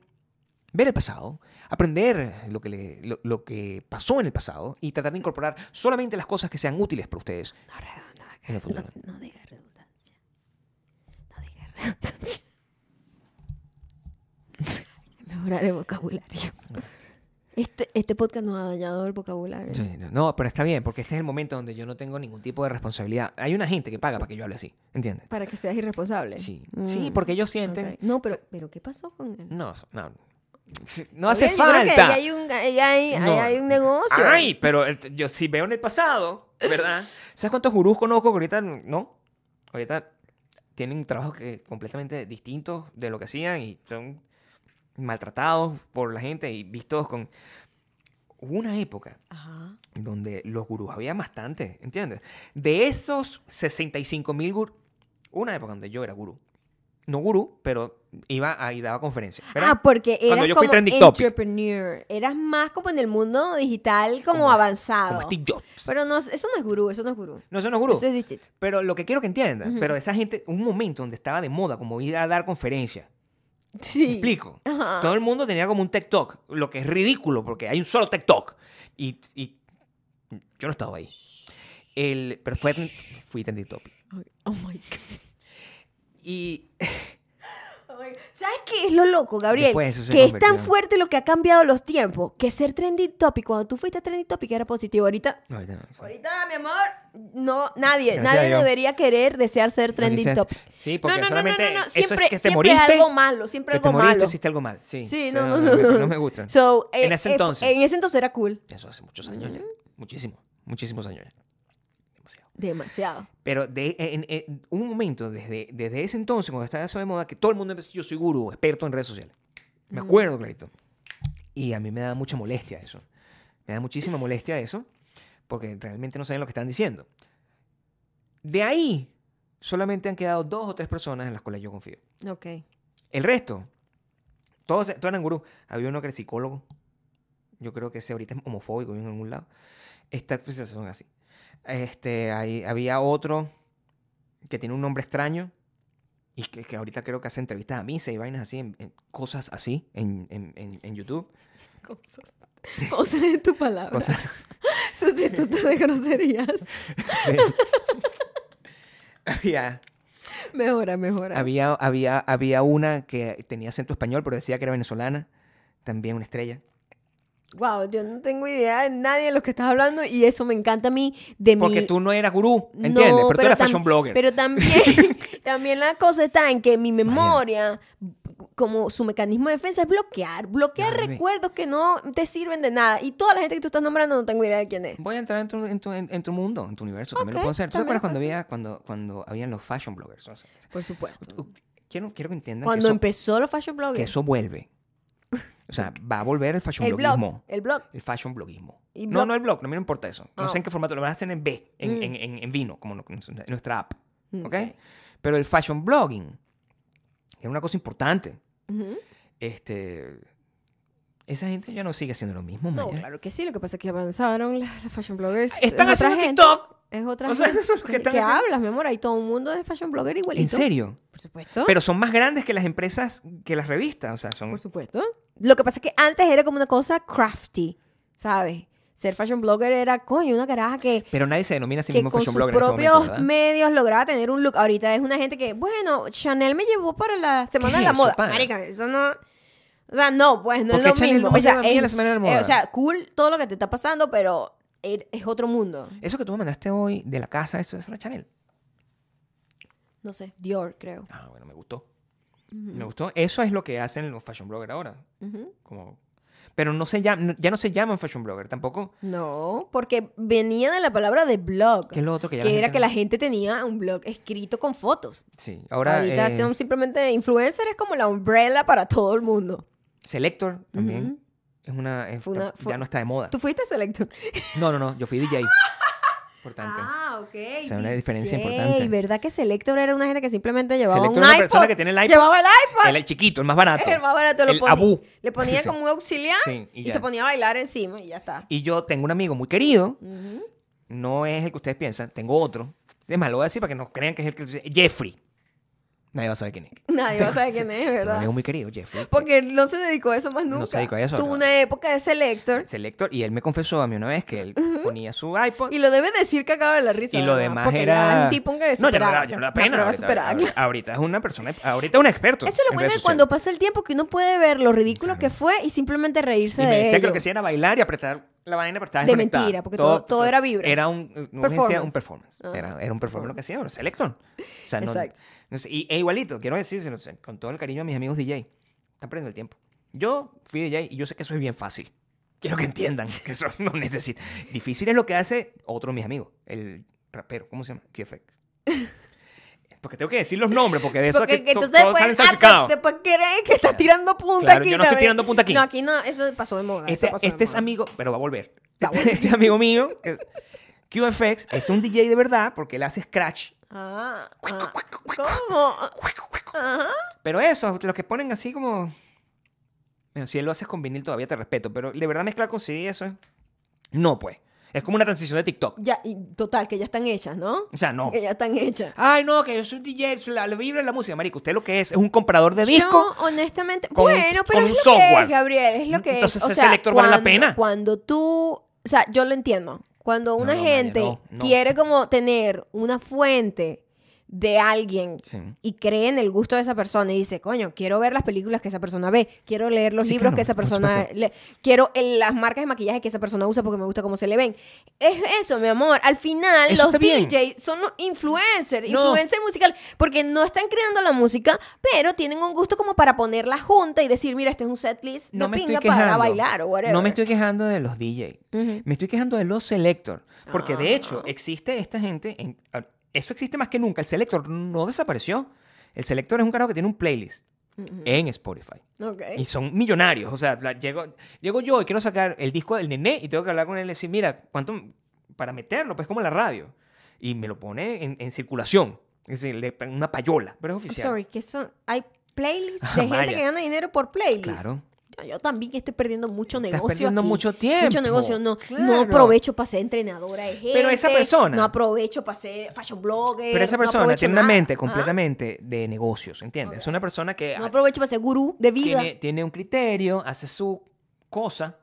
ver el pasado, aprender lo que, le- lo- lo que pasó en el pasado y tratar de incorporar solamente las cosas que sean útiles para ustedes No, redonda, en el no, futuro. no diga redundancia. No diga redundancia. Mejorar el vocabulario. Este, este podcast nos ha dañado el vocabulario. Sí, Eh, no, no, pero está bien, porque este es el momento donde yo no tengo ningún tipo de responsabilidad. Hay una gente que paga para que yo hable así, ¿entiendes? Para que seas irresponsable. Sí, Mm, sí, porque ellos ok. sienten... No, pero, pero ¿qué pasó con él? No, so- no, Sí, no hace Gabriel, yo creo que falta. ahí hay un, ahí hay, ahí No. hay un negocio. Ay, pero el- yo si veo en el pasado, ¿verdad? ¿Sabes cuántos gurús conozco que ahorita no? Ahorita tienen trabajos que completamente distintos de lo que hacían y son maltratados por la gente y vistos con... Hubo una época Ajá. donde los gurús había bastante, ¿entiendes? De esos 65 mil gurús, una época donde yo era gurú, no gurú, pero iba a- y daba conferencias. ¿verdad? Ah, porque Cuando eras yo fui como trending topic. entrepreneur. Eras más como en el mundo digital, como, Como- avanzado. Como Steve Jobs. Ah, Pero no, eso no es gurú, eso no es gurú. no, eso no es gurú. Eso es distinto. Pero lo que quiero que entiendan, pero esa gente, un momento donde estaba de moda, como ir a dar conferencias. Sí. ¿Me explico? Ajá. Todo el mundo tenía como un TikTok, lo que es ridículo porque hay un solo TikTok. Y, y yo no estaba ahí. El, pero fue, fui trending topic. Oh my God. Y Oh my God. ¿Sabes qué es lo loco, Gabriel? Después eso se que es tan convirtió en- fuerte lo que ha cambiado los tiempos. Que ser trending topic, cuando tú fuiste trending topic era positivo. Ahorita, No, ahorita no, sí. ahorita mi amor, no, nadie, Gracias a nadie Dios. debería querer desear ser No, trending dices- topic. Sí, porque no, no, no, no, solamente no, no. eso Siempre, es que te siempre moriste. algo malo, siempre que algo te moriste, malo. hiciste algo mal. Sí, Sí, O sea, no, no, no, me gusta. So, En eh, ese eh, entonces. En ese entonces era cool. Eso hace muchos años ya. Muchísimo, muchísimos años ya. Demasiado. Demasiado. Pero de, en, en un momento, desde, desde ese entonces, cuando estaba eso de moda, que todo el mundo empezó, yo soy gurú, experto en redes sociales. Me acuerdo, clarito. Y a mí me da mucha molestia eso. Me da muchísima molestia eso, porque realmente no saben lo que están diciendo. De ahí, solamente han quedado dos o tres personas en las cuales yo confío. Ok. El resto, todos, todos eran gurús. Había uno que era psicólogo. Yo creo que ese ahorita es homofóbico en algún lado. Estas cosas son así. Este, ahí había otro que tiene un nombre extraño y que, que ahorita creo que hace entrevistas a misa y vainas así, en- en- cosas así en, en- en- en YouTube. Cosas. Cosas de tu palabra. Cosas, Sustituto de groserías. había, Mejora, mejora. había, había, había una que tenía acento español pero decía que era venezolana. También una estrella. Wow, yo no tengo idea de nadie de los que estás hablando y eso me encanta a mí de mi... Porque tú no eras gurú, No, ¿entiendes? pero, tú eras tam- fashion blogger. Pero también, también la cosa está en que mi memoria, como su mecanismo de defensa, es bloquear. Bloquear Dale. recuerdos que no te sirven de nada. Y toda la gente que tú estás nombrando no tengo idea de quién es. Voy a entrar en tu, en tu- en- en tu mundo, en tu universo. También lo Ok, puedo hacer. ¿Tú te también acuerdas cuando, lo había, cuando, cuando habían los fashion bloggers? O sea, Por supuesto. quiero, quiero que entiendan Mm. Cuando que, eso, empezó los fashion que bloggers. eso vuelve. O sea, va a volver el fashion El blog. blogismo. El blog. El fashion blogismo. ¿Y no, blog? Oh. no el blog, no me importa eso. No sé en qué formato, lo van a hacer en B, en, Mm. en- en- en vino, como no- en nuestra app. Mm, ¿Ok? ok. Pero el fashion blogging era una cosa importante. Ujú. Este, esa gente ya no sigue haciendo lo mismo, No, Maya. claro que sí. Lo que pasa es que avanzaron las, las fashion bloggers. es Ah, Están otra haciendo gente, TikTok. Es otra O sea, gente. eso es lo que ¿De están qué haciendo. hablas, mi amor? Hay todo un mundo de fashion blogger igualito. ¿En serio? Por supuesto. Pero son más grandes que las empresas, que las revistas. O sea, son... Por supuesto. Lo que pasa es que antes era como una cosa crafty, ¿sabes? Ser fashion blogger era, coño, una caraja que, Pero nadie se denomina a sí que mismo con fashion sus blogger en este propios momento, ¿verdad? medios lograba tener un look. Ahorita es una gente que, bueno, Chanel me llevó para la Semana ¿Qué de es la eso, Moda. pana? Marica, eso no... O sea, no, pues no ¿Por es qué lo Chanel mismo. no me o, sea, lleva a mí a la es- Semana de la eh, Moda? o sea, cool todo lo que te está pasando, pero er- es otro mundo. Eso que tú me mandaste hoy de la casa, eso es una Chanel. No sé, Dior, creo. Ah, bueno, me gustó. Me gustó. Eso es lo que hacen los fashion bloggers ahora. Ujú. Como... Pero no se llama, ya no se llaman fashion blogger tampoco. No, porque venía de la palabra de blog. ¿Qué es lo otro que ya la que gente era no- que la gente tenía un blog escrito con fotos. Sí, ahora Ahorita eh, son simplemente influencer, es como la umbrella para todo el mundo. Selector también. Es una, es- Fue una- tam- fue- ya no está de moda. ¿Tú fuiste selector? No, no, no, yo fui DJ. Importante. Ah, ok. O sea, una DJ. diferencia importante. ¿verdad que Selector era una gente que simplemente llevaba Selector un es iPod? una persona que tiene el iPod. Llevaba el iPod. El, el chiquito, el más barato. Ah, el más barato lo el ponía. abú. Le ponía Sí. como un auxiliar Sí, y y, ya. se ponía a bailar encima y ya está. Y yo tengo un amigo muy querido. No es el que ustedes piensan. Tengo otro. Es más, lo voy a decir para que no crean que es el que... Jeffrey. Nadie va a saber quién es. Nadie va a saber quién es, Tengo un ¿verdad? amigo muy querido, Jeffrey. Porque él no se dedicó a eso más No nunca. se dedicó a eso, Tuvo no. una época de Selector Selector. Y él me confesó a mí una vez que él ponía su iPod. y lo debe decir que acaba de la risa. Y nada lo más, demás porque era. ya es un tipo que no, ya no, superaba, da- ya no da una pena. prueba ahorita, superada, ahorita- ahorita es una persona. Ahorita es un experto. Eso es lo en bueno redes de cuando sociales. pasa el tiempo que uno puede ver lo ridículo que fue y simplemente reírse Y me de decía que ello. lo que hacía era bailar y apretar la vaina, pero estaba De desconectada. mentira, porque todo- todo era vibra. Era un, eh, no, Performance. decía un performance. Ah, Era, era un performance lo que hacía, un selecton. O sea, no- Exacto. no sé, y, e igualito, quiero decir, con todo el cariño a mis amigos DJ, están perdiendo el tiempo. Yo fui DJ y yo sé que eso es bien fácil. Quiero que entiendan que eso no necesita. Difícil es lo que hace otro de mis amigos, el rapero, ¿cómo se llama? QFX. Porque tengo que decir los nombres, porque de eso Porque es que to- entonces todos salen después, ah, salpicados. te- después creen que estás tirando punta Claro, aquí. yo no estoy también. tirando punta aquí. No, aquí no, eso pasó de moda. Este, eso pasó de este es moda. amigo, pero va a volver. Va a Este, este amigo mío, que- QFX, es un DJ de verdad porque él hace scratch. Ah, ah, ¿Cómo? Ah, Ajá. Pero eso, los que ponen así como. Bueno, si él lo haces con vinil todavía te respeto, pero de verdad mezclar con CD eso es. No, pues. Es como una transición de TikTok. Ya, y total, que ya están hechas, ¿no? O sea, no. Que ya están hechas. Ay, no, que yo soy un DJ, soy la, la vibra de la música. Marico, usted lo que es es un comprador de disco. Yo, honestamente, con un- bueno, con pero un es lo que software. es, Gabriel, es lo que Entonces, es. O ese sea, selector vale la cuando- pena. Cuando tú, o sea, yo lo entiendo. Cuando una no, María, gente no, no. quiere como tener una fuente de alguien Sí. y cree en el gusto de esa persona y dice, coño, quiero ver las películas que esa persona ve, quiero leer los Sí, libros claro, que esa por persona supuesto. le- quiero el- las marcas de maquillaje que esa persona usa porque me gusta cómo se le ven. Es eso, mi amor. Al final, Eso los está bien. DJs eh, son los influencers, No. influencer musical, porque no están creando la música, pero tienen un gusto como para ponerla junta y decir, mira, este es un setlist de No me estoy pinga quejando. para bailar o whatever. No me estoy quejando de los DJ. Ujú. Me estoy quejando de los selector. Porque Ah. de hecho, existe esta gente. en- a- eso existe más que nunca. El selector no desapareció. El selector es un carajo que tiene un playlist en Spotify. Ok. Y son millonarios. O sea, la- llego, llego yo y quiero sacar el disco del nené y tengo que hablar con él y decir, mira, ¿cuánto? m- Para meterlo, pues como la radio. Y me lo pone en, en circulación. Es decir, le, ponen una payola. Pero es I'm oficial. sorry, que son... Hay playlists de gente Ah, Maya. que gana dinero por playlists. Claro. Yo, yo también que estoy perdiendo mucho Estás negocio. perdiendo aquí. mucho tiempo. Mucho negocio. No, no Claro. aprovecho para ser entrenadora de gente. Pero esa persona- No aprovecho para ser fashion blogger. Pero esa Eh, no persona aprovecho tiene una nada. mente Ah, completamente de negocios, ¿entiendes? Es una persona que No ah, aprovecho para ser gurú de vida. tiene, tiene un criterio, hace su cosa.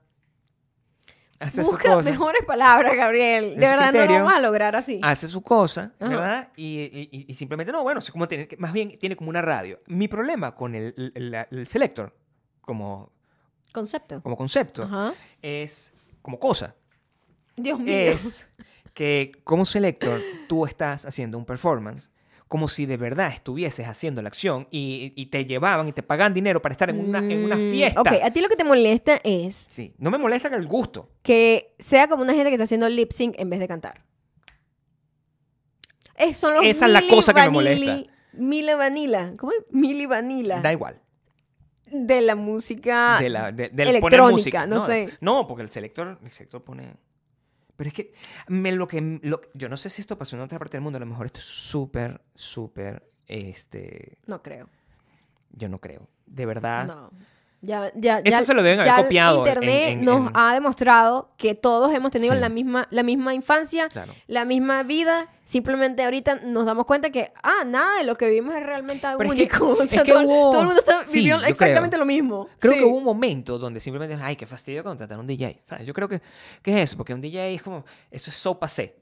Hace su Busca cosa. mejores palabras, Gabriel. De Ese verdad no criterio- Ah. lo vamos a lograr así. Hace su cosa, Ajá. ¿verdad? Y, y- y- y simplemente no, bueno, es como tener que- más bien tiene como una radio. Mi problema con el, el- la- el selector como, Concepto. como concepto Ajá. es, como cosa, Dios mío. es que como selector tú estás haciendo un performance como si de verdad estuvieses haciendo la acción y, y te llevaban y te pagan dinero para estar en una, en una Mm, fiesta. Ok, a ti lo que te molesta es Sí, no me molesta que el gusto. que sea como una gente que está haciendo lip sync en vez de cantar. Es, son los Esa es la mili cosa que me vanilli- molesta. Mili Vanilla. ¿Cómo es? Mili Vanilla. Da igual. de la música. de la, de, del Ah, poner electrónica, música. no sé. No, porque el selector, el selector pone... Pero es que, me, lo que lo- yo no sé si esto pasó en otra parte del mundo, a lo mejor esto es súper, súper, este, No creo. yo no creo. De verdad. No. Ya, ya, Ah. Eso ya- se lo deben haber ya el copiado en- Internet en- nos en- ha demostrado que todos hemos tenido Sí. la, misma, la misma infancia, Claro. la misma vida. Simplemente ahorita nos damos cuenta que, ah, nada de lo que vivimos es realmente Pero es que- único. O es sea, que todo, hubo- todo el mundo está, Sí, vivió yo creo. exactamente lo mismo. Creo Sí. que hubo un momento donde simplemente, ay, qué fastidio contratar un DJ. ¿sabes? Yo creo que, ¿qué es eso? Porque un DJ es como, eso es so pasé.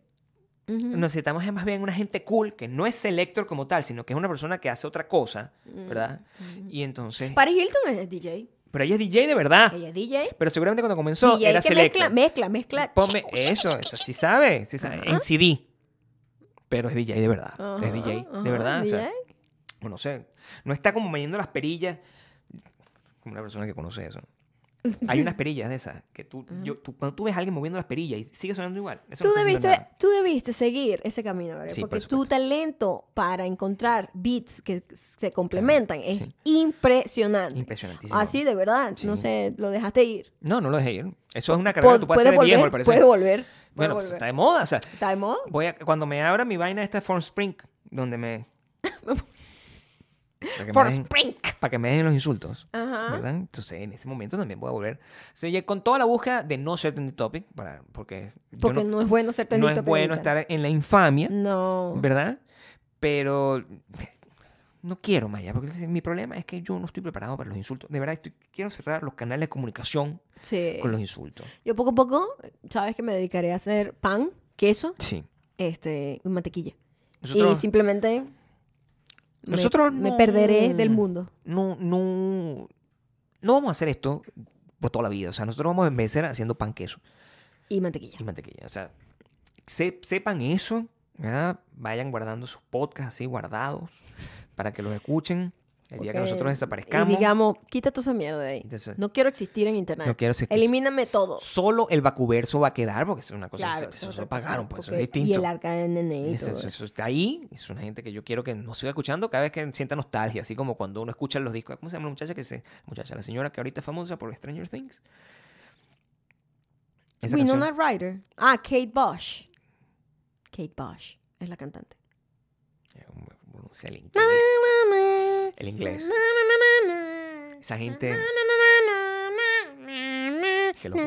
Ujú. Necesitamos es más bien una gente cool que no es selector como tal, sino que es una persona que hace otra cosa, Mm. ¿verdad? Y entonces... Paris Hilton es DJ. Pero ella es DJ de verdad. Pues Ella es DJ. Pero seguramente cuando comenzó DJ era que mezcla, selector. mezcla, mezcla. Ponme eso, eso sí sabe, sí sabe, en CD. Pero es DJ de verdad, Ajá, es DJ ajá, de verdad, o sea, DJ. o no sé, no está como midiendo las perillas como una persona que conoce eso. Hay unas perillas de esas. Que tú, yo- tú- cuando tú ves a alguien moviendo las perillas y sigue sonando igual. Eso Tú no está haciendo debiste, nada. tú debiste seguir ese camino, Gabriel, Sí, por porque tu supuesto. talento para encontrar beats que se complementan es sí. impresionante. Impresionantísimo. Así, de verdad. No Sí. sé, lo dejaste ir. No, no lo dejé ir. Eso es una carrera que Pu- tú puedes hacer Puedes de viejo, al volver, parecer. puedes volver. puedes bueno, pues, volver. está de moda. O sea, ¿Está de moda? voy a, cuando me abra mi vaina esta Form Spring, donde me... para que me For dejen- Spring. para que me dejen los insultos. Ajá. ¿Verdad? Entonces, en este momento también voy a volver. O sea, ya con toda la búsqueda de no ser trending topic, para, porque, yo Porque no, no, es bueno ser no tendito es bueno estar en la infamia, No. ¿verdad? Pero no quiero, Maya, porque mi problema es que yo no estoy preparado para los insultos. De verdad, estoy- quiero cerrar los canales de comunicación Sí. con los insultos. Yo poco a poco, sabes que me dedicaré a hacer pan, queso, Sí. este, y mantequilla. Y Nosotros- simplemente me- Nosotros me, no- perderé del mundo. no, no, no vamos a hacer esto por toda la vida. O sea, nosotros vamos a envejecer haciendo pan, queso Y mantequilla. y mantequilla. O sea, se- sepan eso, ¿verdad? Vayan guardando sus podcasts así guardados para que los escuchen el día que Porque- nosotros Y desaparezcamos. digamos, quita toda esa mierda de ahí. Entonces- no quiero existir en internet. No quiero existir. Elimíname todo. Solo el vacuverso va a quedar porque eso es una cosa, Claro, eso, es se otra lo cosa, pagaron, pues eso es porque- distinto. Y el eh. arca de nene y Eso, todo eso- eso. eso está ahí, es una gente que yo quiero que nos siga escuchando cada vez que sienta nostalgia, así como cuando uno escucha los discos. ¿Cómo se llama la muchacha que se, muchacha, la señora que ahorita es famosa por Stranger Things? Esa canción- Winona Ryder. Ah, Kate Bosch. Kate Bosch es la cantante. O sea, el inglés. El inglés. Esa gente. Qué loco.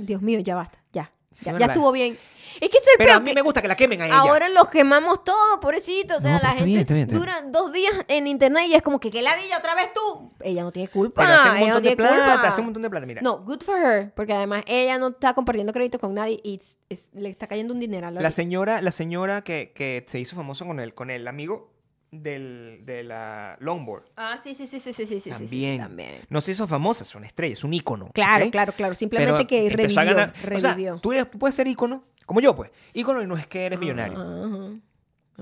Dios mío, ya basta. Ya. Sí, ya, ya ¿verdad? estuvo bien. Es que es el Pero a peor, mí que me gusta que la quemen a ella. Ahora los quemamos todo, pobrecito. O sea, No, pero la gente está bien, está bien, está bien. dura dos días en internet y es como que, ¿qué ladilla otra vez tú? Ella no tiene culpa. Pero hace un ella no montón de tiene culpa. plata, hace un montón de plata. Mira, No, good for her, porque además ella no está compartiendo crédito con nadie y es- es- le está cayendo un dineral. la señora, la señora que, que se hizo famosa con el, con el amigo del, de la longboard. Ah, sí, sí, sí, sí, sí, sí, sí, sí, sí, también. sí, también. No se hizo famosa, es una estrella, es un ícono. Claro, ¿ok? claro, claro. Simplemente Pero que empezó a revivió. ganar- o sea, revivió. Ah, tú, eres- tú puedes ser ícono, como yo, pues. Ícono y no es que eres millonario. Ajá, ajá.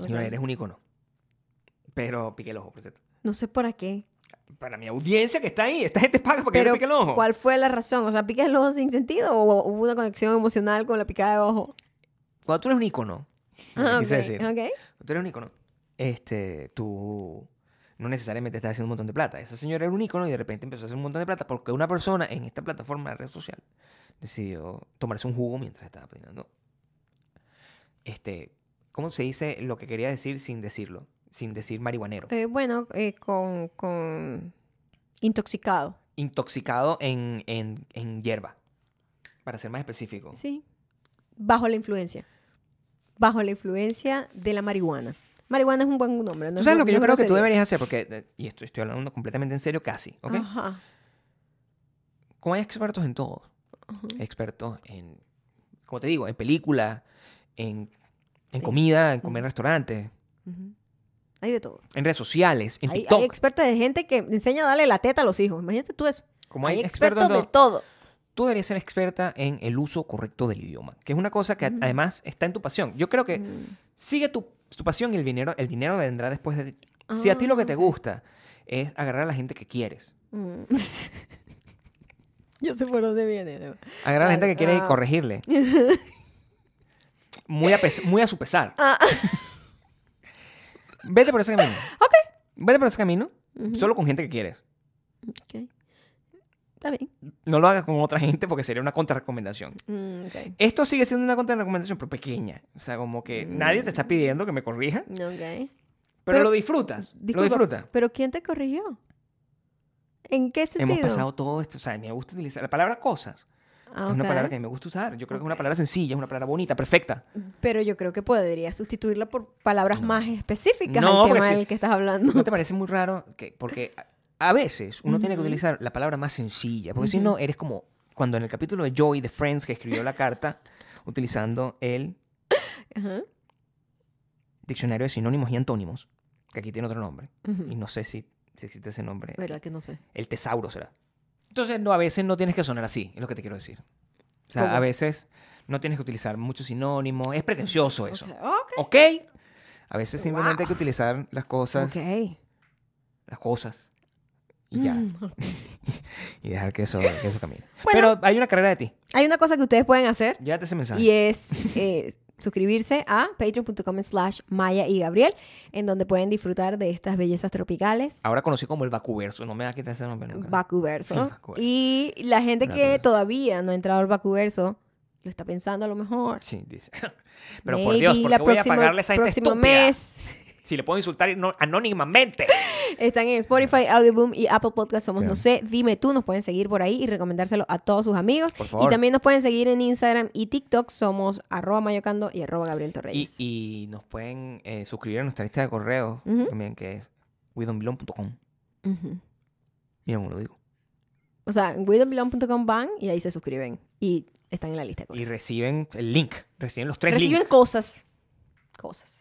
Yo no, eres un ícono. Pero pique el ojo, por cierto. No sé para qué. Para mi audiencia que está ahí, esta gente paga para que yo Pero, pique el ojo. ¿cuál fue la razón? O sea, ¿pica el ojo sin sentido o hubo una conexión emocional con la picada de ojo? Cuando tú eres un ícono, lo que Ah, quise ok, decir, ok. cuando tú eres un ícono, este, tú no necesariamente estás haciendo un montón de plata. Esa señora era un ícono y de repente empezó a hacer un montón de plata porque una persona en esta plataforma de red social decidió tomarse un jugo mientras estaba peinando. Este, ¿cómo se dice lo que quería decir sin decirlo? Sin decir marihuanero. Eh, bueno, eh, con, con intoxicado. Intoxicado en, en, en hierba. Para ser más específico. Sí. Bajo la influencia. Bajo la influencia de la marihuana. Marihuana es un buen nombre. ¿no? ¿Tú sabes No- lo que no yo creo que tú grosería. deberías hacer? Porque, eh, y esto estoy hablando completamente en serio, casi, ¿ok? Ajá. como hay expertos en todo. Expertos en, como te digo, en películas, en, en Sí. comida, en comer en restaurantes, Ujú. Hay de todo. en redes sociales, en Hay, TikTok. hay expertos de gente que enseña a darle la teta a los hijos. Imagínate tú eso. como hay, hay expertos, expertos en de todo. todo. Tú deberías ser experta en el uso correcto del idioma, que es una cosa que a- Ujú. además está en tu pasión. Yo creo que Mm. sigue tu, tu pasión y el dinero, el dinero vendrá después de ti. Si a ti lo que te Ah, gusta es agarrar a la gente que quieres, Mm. yo sé por dónde viene. ¿no? agarrar a Vale, la gente que quiere y ah. corregirle. Muy a, pes- muy a su pesar. Ah, Vete por ese camino. ok. Vete por ese camino, solo con gente que quieres. ok. Está bien. No lo hagas con otra gente porque sería una contrarrecomendación. Mm, ok. Esto sigue siendo una contrarrecomendación, pero pequeña. O sea, como que nadie te está pidiendo que me corrija, pero, Ok. Pero- lo disfrutas. Disculpa, lo disfrutas. ¿Pero quién te corrigió? ¿En qué sentido? Hemos pasado todo esto. O sea, me gusta utilizar la palabra cosas. Ah, Es una ok. palabra que me gusta usar. Yo creo que es una palabra sencilla, es una palabra bonita, perfecta. Pero yo creo que podría sustituirla por palabras más específicas No, al porque tema sí. del que estás hablando. ¿No te parece muy raro? que Porque a a veces uno tiene que utilizar la palabra más sencilla, porque si no, eres como cuando en el capítulo de Joey de Friends que escribió la carta utilizando el Ajá. diccionario de sinónimos y antónimos, que aquí tiene otro nombre, Ujú. y no sé si, si existe ese nombre. ¿Verdad que no sé? El tesauro será. Entonces, no, a veces no tienes que sonar así, es lo que te quiero decir. O sea, ¿Cómo? a veces no tienes que utilizar muchos sinónimos, es pretencioso eso. Ok. ¿Ok? A veces simplemente hay que utilizar las cosas, Ok. las cosas, y Mm. ya. y dejar que eso, que eso camine. Pero hay una carrera de ti. Hay una cosa que ustedes pueden hacer Llévate ese mensaje. y es eh, suscribirse a patreon.com slash Maya y Gabriel, en donde pueden disfrutar de estas bellezas tropicales. Ahora conocí como el vacuverso. No me va a quitar ese nombre nunca. Bacuverso. Bakuverso. Y la gente que Bakuverso. todavía no ha entrado al Bacuverso, lo está pensando a lo mejor. Sí, dice. Pero por Dios, Maybe ¿por la qué voy a próxima- pagarle a esa gente próximo estúpida? mes. Si le puedo insultar no- anónimamente. Están en Spotify, Audioboom y Apple Podcast. Somos Claro. No sé, dime tú. Nos pueden seguir por ahí y recomendárselo a todos sus amigos. Por favor. Y también nos pueden seguir en Instagram y TikTok. Somos arroba mayocando y arroba Gabriel Y, Torreyes. y nos pueden eh, suscribir a nuestra lista de correos Ujú. también, que es widonbelong.com. Ujú. Mira cómo lo digo. O sea, en widowbelong.com van y ahí se suscriben. Y están en la lista. de correo. Y reciben el link. Reciben los tres Reciben links. cosas. Cosas.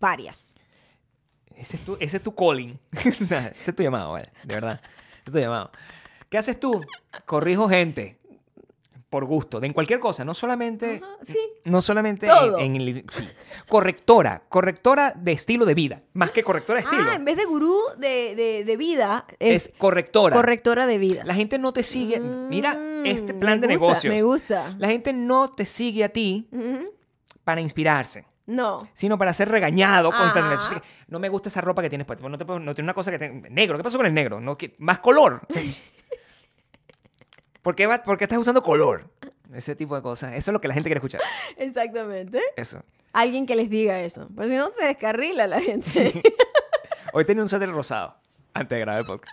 Varias. Ese es tu, ese es tu calling. o sea, ese es tu llamado, vale. De verdad. Ese es tu llamado. ¿Qué haces tú? Corrijo gente. Por gusto. De en cualquier cosa. No solamente... Ajá, Sí. No solamente Todo. en, en el- sí. Correctora. Correctora de estilo de vida. Más que correctora de estilo. Ah, en vez de gurú de, de- de vida, es, es, correctora. correctora de vida. La gente no te sigue. Mira Mm, este plan me de gusta, negocios. Me gusta. La gente no te sigue a ti Ujú. para inspirarse, No. sino para ser regañado Ajá. constantemente. Sí, No me gusta esa ropa que tienes puesta. No, te puedo- no tiene una cosa que te- negro. ¿Qué pasó con el negro? No, que- más color. ¿Por qué, va- por qué estás usando color? Ese tipo de cosas. Eso es lo que la gente quiere escuchar. Exactamente. Eso. Alguien que les diga eso. Pues si no, se descarrila la gente. Hoy tenía un suéter rosado antes de grabar el podcast.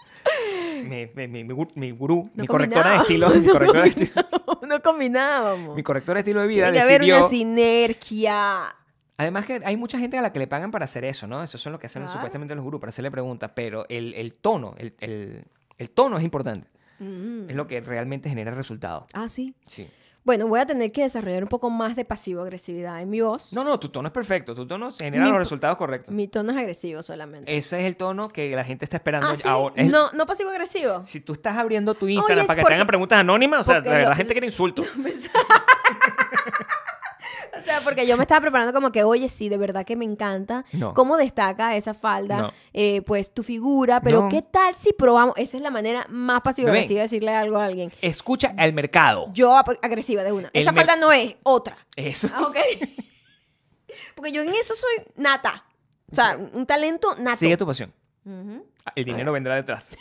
Mi, mi- mi- mi gur- mi gurú, No mi correctora de combinaba. estilo, mi No correctora de estilo, combinábamos, no combinábamos. mi correctora de estilo de vida Tiene que haber una decidió- sinergia. Además que hay mucha gente a la que le pagan para hacer eso, ¿no? Eso son lo que hacen Claro. supuestamente los gurús, para hacerle preguntas, pero el, el tono, el, el- el tono es importante. Mm. Es lo que realmente genera resultados. Ah, sí. Sí. Bueno, voy a tener que desarrollar un poco más de pasivo-agresividad en mi voz. No, no, tu tono es perfecto, tu tono genera Mi los po- resultados correctos. Mi tono es agresivo solamente. Ese es el tono que la gente está esperando ah, sí. ahora. Es- No, no pasivo-agresivo. Si tú estás abriendo tu Instagram es para que porque- te hagan preguntas anónimas, o sea, porque la verdad, lo- la gente quiere insultos. O sea, porque yo me estaba preparando como que, oye, sí, de verdad que me encanta. No. ¿Cómo destaca esa falda? No. Eh, pues tu figura, pero No. ¿qué tal si probamos? Esa es la manera más pasivo-agresiva de decirle algo a alguien. Escucha al mercado. Yo ap- agresiva de una. El esa mer- falda no es, otra. Eso. Ah, ok. porque yo en eso soy nata. O sea, un talento nato. Sigue tu pasión. Ujú. El dinero vendrá detrás.